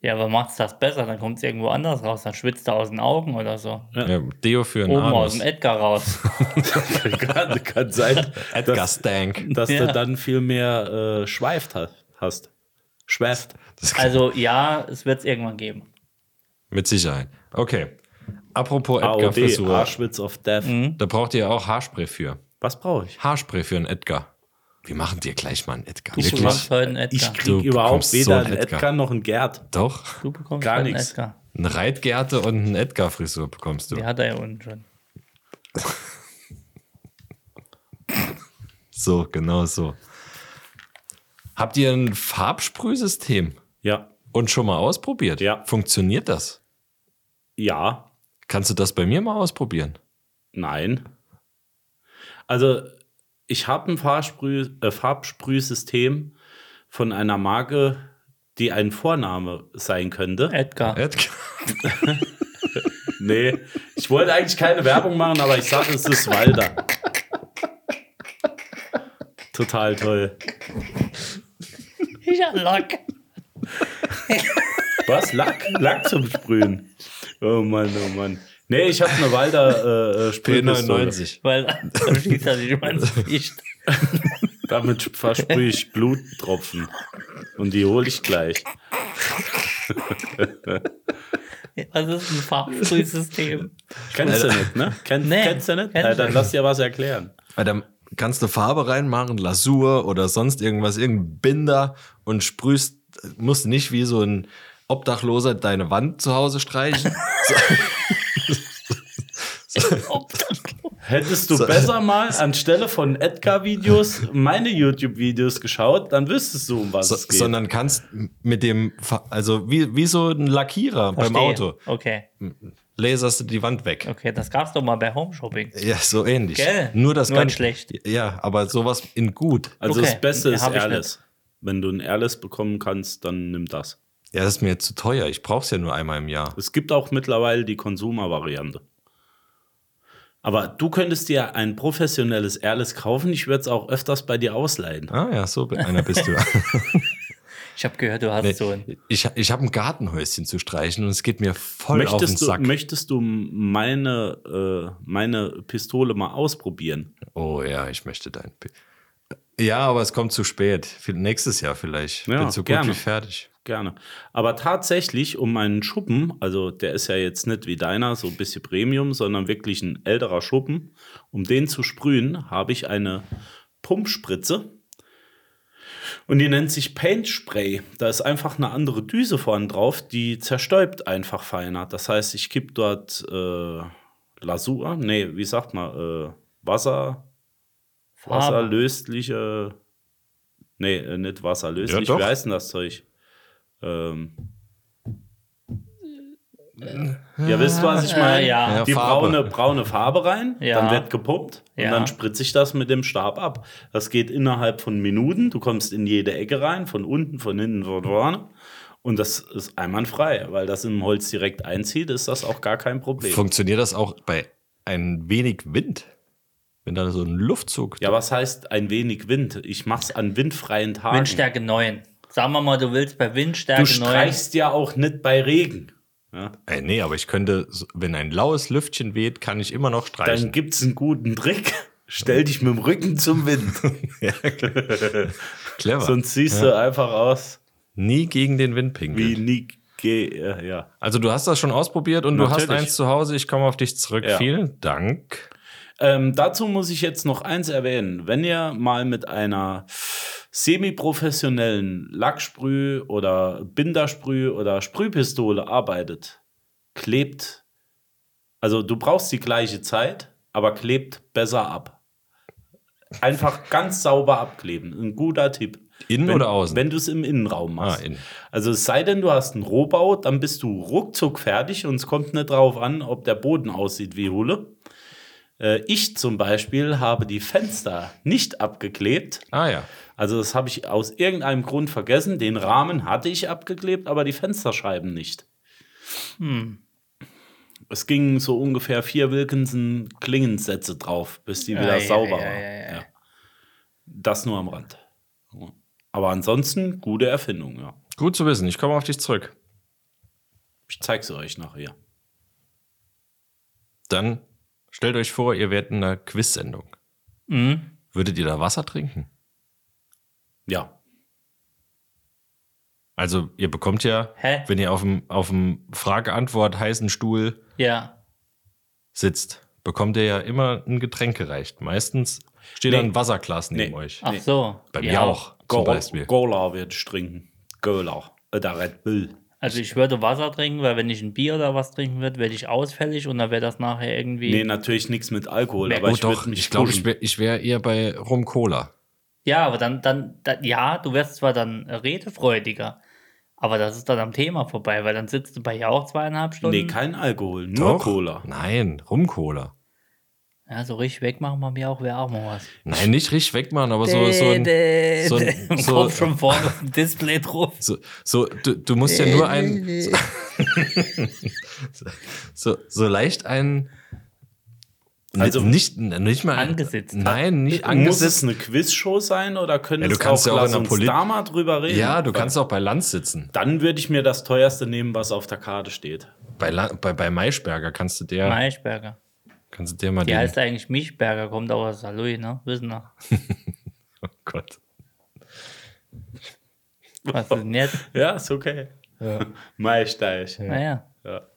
Speaker 5: Ja, aber macht's das besser, dann kommt's irgendwo anders raus, dann schwitzt er aus den Augen oder so.
Speaker 4: Ja, Deo für einen
Speaker 5: Oben
Speaker 4: Anus.
Speaker 5: aus dem Edgar raus.
Speaker 6: kann, kann sein,
Speaker 4: Edgar Stank.
Speaker 6: dass
Speaker 5: Ja.
Speaker 6: du dann viel mehr äh, schweift hat. hast. Schweft.
Speaker 4: Das
Speaker 5: Also ja, es wird es irgendwann geben.
Speaker 4: mit Sicherheit. Okay. Apropos
Speaker 6: AOD,
Speaker 4: Edgar-Frisur.
Speaker 6: Arschwitz of Death.
Speaker 4: Da braucht ihr auch Haarspray für.
Speaker 6: Was brauche ich?
Speaker 4: Haarspray für einen Edgar. Wir machen dir gleich mal einen Edgar.
Speaker 6: Ich
Speaker 5: Du
Speaker 4: Wirklich?
Speaker 5: bekommst heute einen
Speaker 6: Ich
Speaker 5: Edgar.
Speaker 6: krieg
Speaker 4: Du
Speaker 6: überhaupt
Speaker 4: bekommst
Speaker 6: weder
Speaker 4: so einen
Speaker 6: einen
Speaker 4: Edgar.
Speaker 6: Edgar. noch einen Gerd.
Speaker 4: Doch.
Speaker 5: Du bekommst
Speaker 6: gar
Speaker 5: heute einen
Speaker 6: nix.
Speaker 5: Edgar.
Speaker 4: Eine Reitgerte und eine Edgar-Frisur bekommst du.
Speaker 5: Die hat er ja unten schon.
Speaker 4: So, genau so. Habt ihr ein Farbsprühsystem
Speaker 6: Ja.
Speaker 4: und schon mal ausprobiert?
Speaker 6: Ja.
Speaker 4: Funktioniert das?
Speaker 6: Ja.
Speaker 4: Kannst du das bei mir mal ausprobieren?
Speaker 6: Nein. Also, ich habe ein Farbsprüh, äh, Farbsprühsystem von einer Marke, die ein Vorname sein könnte.
Speaker 5: Edgar.
Speaker 4: Edgar.
Speaker 6: Nee, ich wollte eigentlich keine Werbung machen, aber ich sage, es ist Walder. Total toll.
Speaker 5: Ich hab Lock.
Speaker 6: Was? Lack? Lack zum Sprühen. Oh Mann, oh Mann. Nee, ich habe eine Walder äh, äh, Sprühpistole.
Speaker 4: P99.
Speaker 5: Weil also, dann schießt er sich immer ins Gesicht.
Speaker 6: Damit versprühe ich Bluttropfen. Und die hole ich gleich.
Speaker 5: Das ist ein Farbsprühsystem.
Speaker 6: Kennst du nicht, ne? Kenn,
Speaker 5: Nee,
Speaker 6: kennst du nicht?
Speaker 5: kenn
Speaker 6: Ja,
Speaker 5: ich
Speaker 6: dann
Speaker 5: nicht.
Speaker 6: lass dir was erklären.
Speaker 4: Weil dann kannst du Farbe reinmachen, Lasur oder sonst irgendwas, irgendein Binder und sprühst, musst nicht wie so ein Obdachloser deine Wand zu Hause streichen.
Speaker 6: Hättest du besser mal anstelle von Edgar-Videos meine YouTube-Videos geschaut, dann wüsstest du, um was
Speaker 4: so,
Speaker 6: es geht.
Speaker 4: sondern kannst mit dem, Fa- also wie, wie so ein Lackierer beim
Speaker 5: Verstehe.
Speaker 4: Auto,
Speaker 5: Okay,
Speaker 4: laserst du die Wand weg.
Speaker 5: okay, das gab's doch mal bei Home Shopping.
Speaker 4: Ja, so ähnlich.
Speaker 5: Gell?
Speaker 4: Nur das
Speaker 5: Nur in
Speaker 4: ganz
Speaker 5: schlecht.
Speaker 4: Ja, aber sowas in gut.
Speaker 6: Also
Speaker 5: Okay,
Speaker 6: das Beste ist
Speaker 5: hab ich
Speaker 6: Airless. Wenn du ein Airless bekommen kannst, dann nimm das.
Speaker 4: Ja, das ist mir zu teuer. Ich brauch's ja nur einmal im Jahr.
Speaker 6: Es gibt auch mittlerweile die Consumer-Variante. Aber du könntest dir ein professionelles Airless kaufen. Ich würde es auch öfters bei dir ausleihen.
Speaker 4: Ah ja, so einer bist du.
Speaker 5: Ich habe gehört, du hast so ein.
Speaker 4: ich ich habe ein Gartenhäuschen zu streichen und es geht mir voll auf den
Speaker 6: Möchtest du,
Speaker 4: Sack.
Speaker 6: möchtest du meine, äh, meine Pistole mal ausprobieren?
Speaker 4: oh ja, ich möchte dein. Pi- Ja, aber es kommt zu spät. Viel- Nächstes Jahr vielleicht.
Speaker 6: Ja,
Speaker 4: Bin so gut
Speaker 6: gerne.
Speaker 4: wie fertig.
Speaker 6: Gerne. Aber tatsächlich, um meinen Schuppen, also der ist ja jetzt nicht wie deiner, so ein bisschen Premium, sondern wirklich ein älterer Schuppen, um den zu sprühen, habe ich eine Pumpspritze. Und die nennt sich Paint Spray. Da ist einfach eine andere Düse vorne drauf, die zerstäubt einfach feiner. Das heißt, ich kipp dort äh, Lasur, nee, wie sagt man, äh, Wasser,
Speaker 5: Farbe.
Speaker 6: wasserlösliche. Nee, äh, nicht wasserlöslich.
Speaker 4: Ja, doch.
Speaker 6: Wie heißt denn das Zeug? Ähm. Ja, wisst ihr, was ich
Speaker 5: Äh,
Speaker 6: meine?
Speaker 5: ja.
Speaker 4: Ja,
Speaker 6: Die
Speaker 4: Farbe.
Speaker 6: braune, braune Farbe rein,
Speaker 5: Ja.
Speaker 6: dann wird gepumpt
Speaker 5: Ja.
Speaker 6: und dann spritze ich das mit dem Stab ab. Das geht innerhalb von Minuten. Du kommst in jede Ecke rein, von unten, von hinten, von vorne. Und das ist einwandfrei, weil das im Holz direkt einzieht, ist das auch gar kein Problem.
Speaker 4: Funktioniert das auch bei ein wenig Wind? Wenn da so ein Luftzug.
Speaker 6: ja, was heißt ein wenig Wind? Ich mach's an windfreien Tagen.
Speaker 5: Windstärke 9. Sagen wir mal, du willst bei Windstärke
Speaker 6: Du
Speaker 5: 9.
Speaker 6: streichst ja auch nicht bei Regen.
Speaker 4: Ey, Äh, nee, aber ich könnte, so- wenn ein laues Lüftchen weht, kann ich immer noch streichen.
Speaker 6: Dann gibt's einen guten Trick. Stell dich mit dem Rücken zum Wind.
Speaker 4: Clever.
Speaker 6: Sonst siehst du einfach aus
Speaker 4: Nie gegen den Wind pinkeln.
Speaker 6: wie Nick G. Ja, ja.
Speaker 4: Also du hast das schon ausprobiert und du hast
Speaker 6: Natürlich.
Speaker 4: eins zu Hause. Ich komme auf dich zurück.
Speaker 6: Ja.
Speaker 4: Vielen Dank.
Speaker 6: Ähm, dazu muss ich jetzt noch eins erwähnen. Wenn ihr mal mit einer semi-professionellen Lacksprüh oder Bindersprüh oder Sprühpistole arbeitet, klebt, also du brauchst die gleiche Zeit, aber klebt besser ab. Einfach ganz sauber abkleben. Ein guter Tipp.
Speaker 4: Innen
Speaker 6: wenn,
Speaker 4: oder außen?
Speaker 6: Wenn du es im Innenraum machst.
Speaker 4: Ah, innen.
Speaker 6: Also es sei denn, du hast einen Rohbau, dann bist du ruckzuck fertig und es kommt nicht drauf an, ob der Boden aussieht wie Hulle. Äh, Ich zum Beispiel habe die Fenster nicht abgeklebt.
Speaker 4: Ah ja.
Speaker 6: Also das habe ich aus irgendeinem Grund vergessen. Den Rahmen hatte ich abgeklebt, aber die Fensterscheiben nicht. Hm. Es gingen so ungefähr vier Wilkinson Klingensätze drauf, bis die wieder
Speaker 5: Ei,
Speaker 6: sauber
Speaker 5: ei,
Speaker 6: war.
Speaker 5: ei, ei.
Speaker 6: Ah, Ja. Das nur am Rand. Aber ansonsten gute Erfindung, ja.
Speaker 4: Gut zu wissen. Ich komme auf dich zurück.
Speaker 6: Ich zeig's euch nachher.
Speaker 4: Dann stellt euch vor, ihr wärt in einer Quiz-Sendung.
Speaker 6: Mhm.
Speaker 4: Würdet ihr da Wasser trinken?
Speaker 6: Ja.
Speaker 4: Also ihr bekommt ja,
Speaker 5: Hä?
Speaker 4: wenn ihr auf dem, auf dem Frage-Antwort heißen Stuhl
Speaker 5: Ja.
Speaker 4: sitzt, bekommt ihr ja immer ein Getränk gereicht. Meistens steht da ein Wasserglas neben
Speaker 6: Nee. Ah,
Speaker 4: euch.
Speaker 5: Ach so.
Speaker 4: Bei
Speaker 5: ja.
Speaker 4: mir auch, zum
Speaker 6: Gola-
Speaker 4: Beispiel.
Speaker 6: Gola werde ich trinken. Gola. Oder Red Bull.
Speaker 5: Also ich würde Wasser trinken, weil wenn ich ein Bier oder was trinken würde, werde ich ausfällig und dann wäre das nachher irgendwie.
Speaker 6: Nee, natürlich nichts mit Alkohol,
Speaker 5: Nee.
Speaker 6: aber
Speaker 4: oh
Speaker 6: ich
Speaker 4: doch,
Speaker 6: würde mich
Speaker 4: ich glaube, ich
Speaker 6: pushen.
Speaker 4: wäre ich wär eher bei Rum Cola.
Speaker 5: Ja, aber dann, dann, dann, ja, du wärst zwar dann redefreudiger, aber das ist dann am Thema vorbei, weil dann sitzt du bei ihr auch zweieinhalb Stunden.
Speaker 6: Nee, kein Alkohol, nur
Speaker 4: Doch?
Speaker 6: Cola.
Speaker 4: Nein, Rum Cola.
Speaker 5: ja, so richtig wegmachen bei mir auch, wäre auch mal was.
Speaker 4: Nein, nicht richtig wegmachen, aber so, so ein. So ein
Speaker 5: Und
Speaker 4: so,
Speaker 5: kommt schon vorne auf dem Display drauf.
Speaker 4: so, so du, du musst ja nur einen. So, so, so leicht einen.
Speaker 6: Also-
Speaker 4: nicht, nicht mal.
Speaker 5: Angesetzt.
Speaker 4: Nein, nicht
Speaker 6: Muss
Speaker 4: angesetzt.
Speaker 6: es eine Quizshow sein oder können
Speaker 4: Ja,
Speaker 6: ja,
Speaker 4: du kannst ja auch
Speaker 6: lass
Speaker 4: in der
Speaker 6: uns
Speaker 4: Polit-
Speaker 6: da mal drüber reden?
Speaker 4: Ja, du kannst auch bei Lanz sitzen.
Speaker 6: Dann würde ich mir das teuerste nehmen, was auf der Karte steht.
Speaker 4: Bei, La bei, bei Maischberger kannst du der,
Speaker 5: Maischberger.
Speaker 4: kannst du der mal
Speaker 5: Die
Speaker 4: den-
Speaker 5: heißt eigentlich Mischberger, kommt auch aus Saloy, ne? Wissen wir.
Speaker 4: Oh Gott.
Speaker 5: Was ist denn jetzt?
Speaker 6: Ja, ist okay. Maisteich.
Speaker 5: Naja.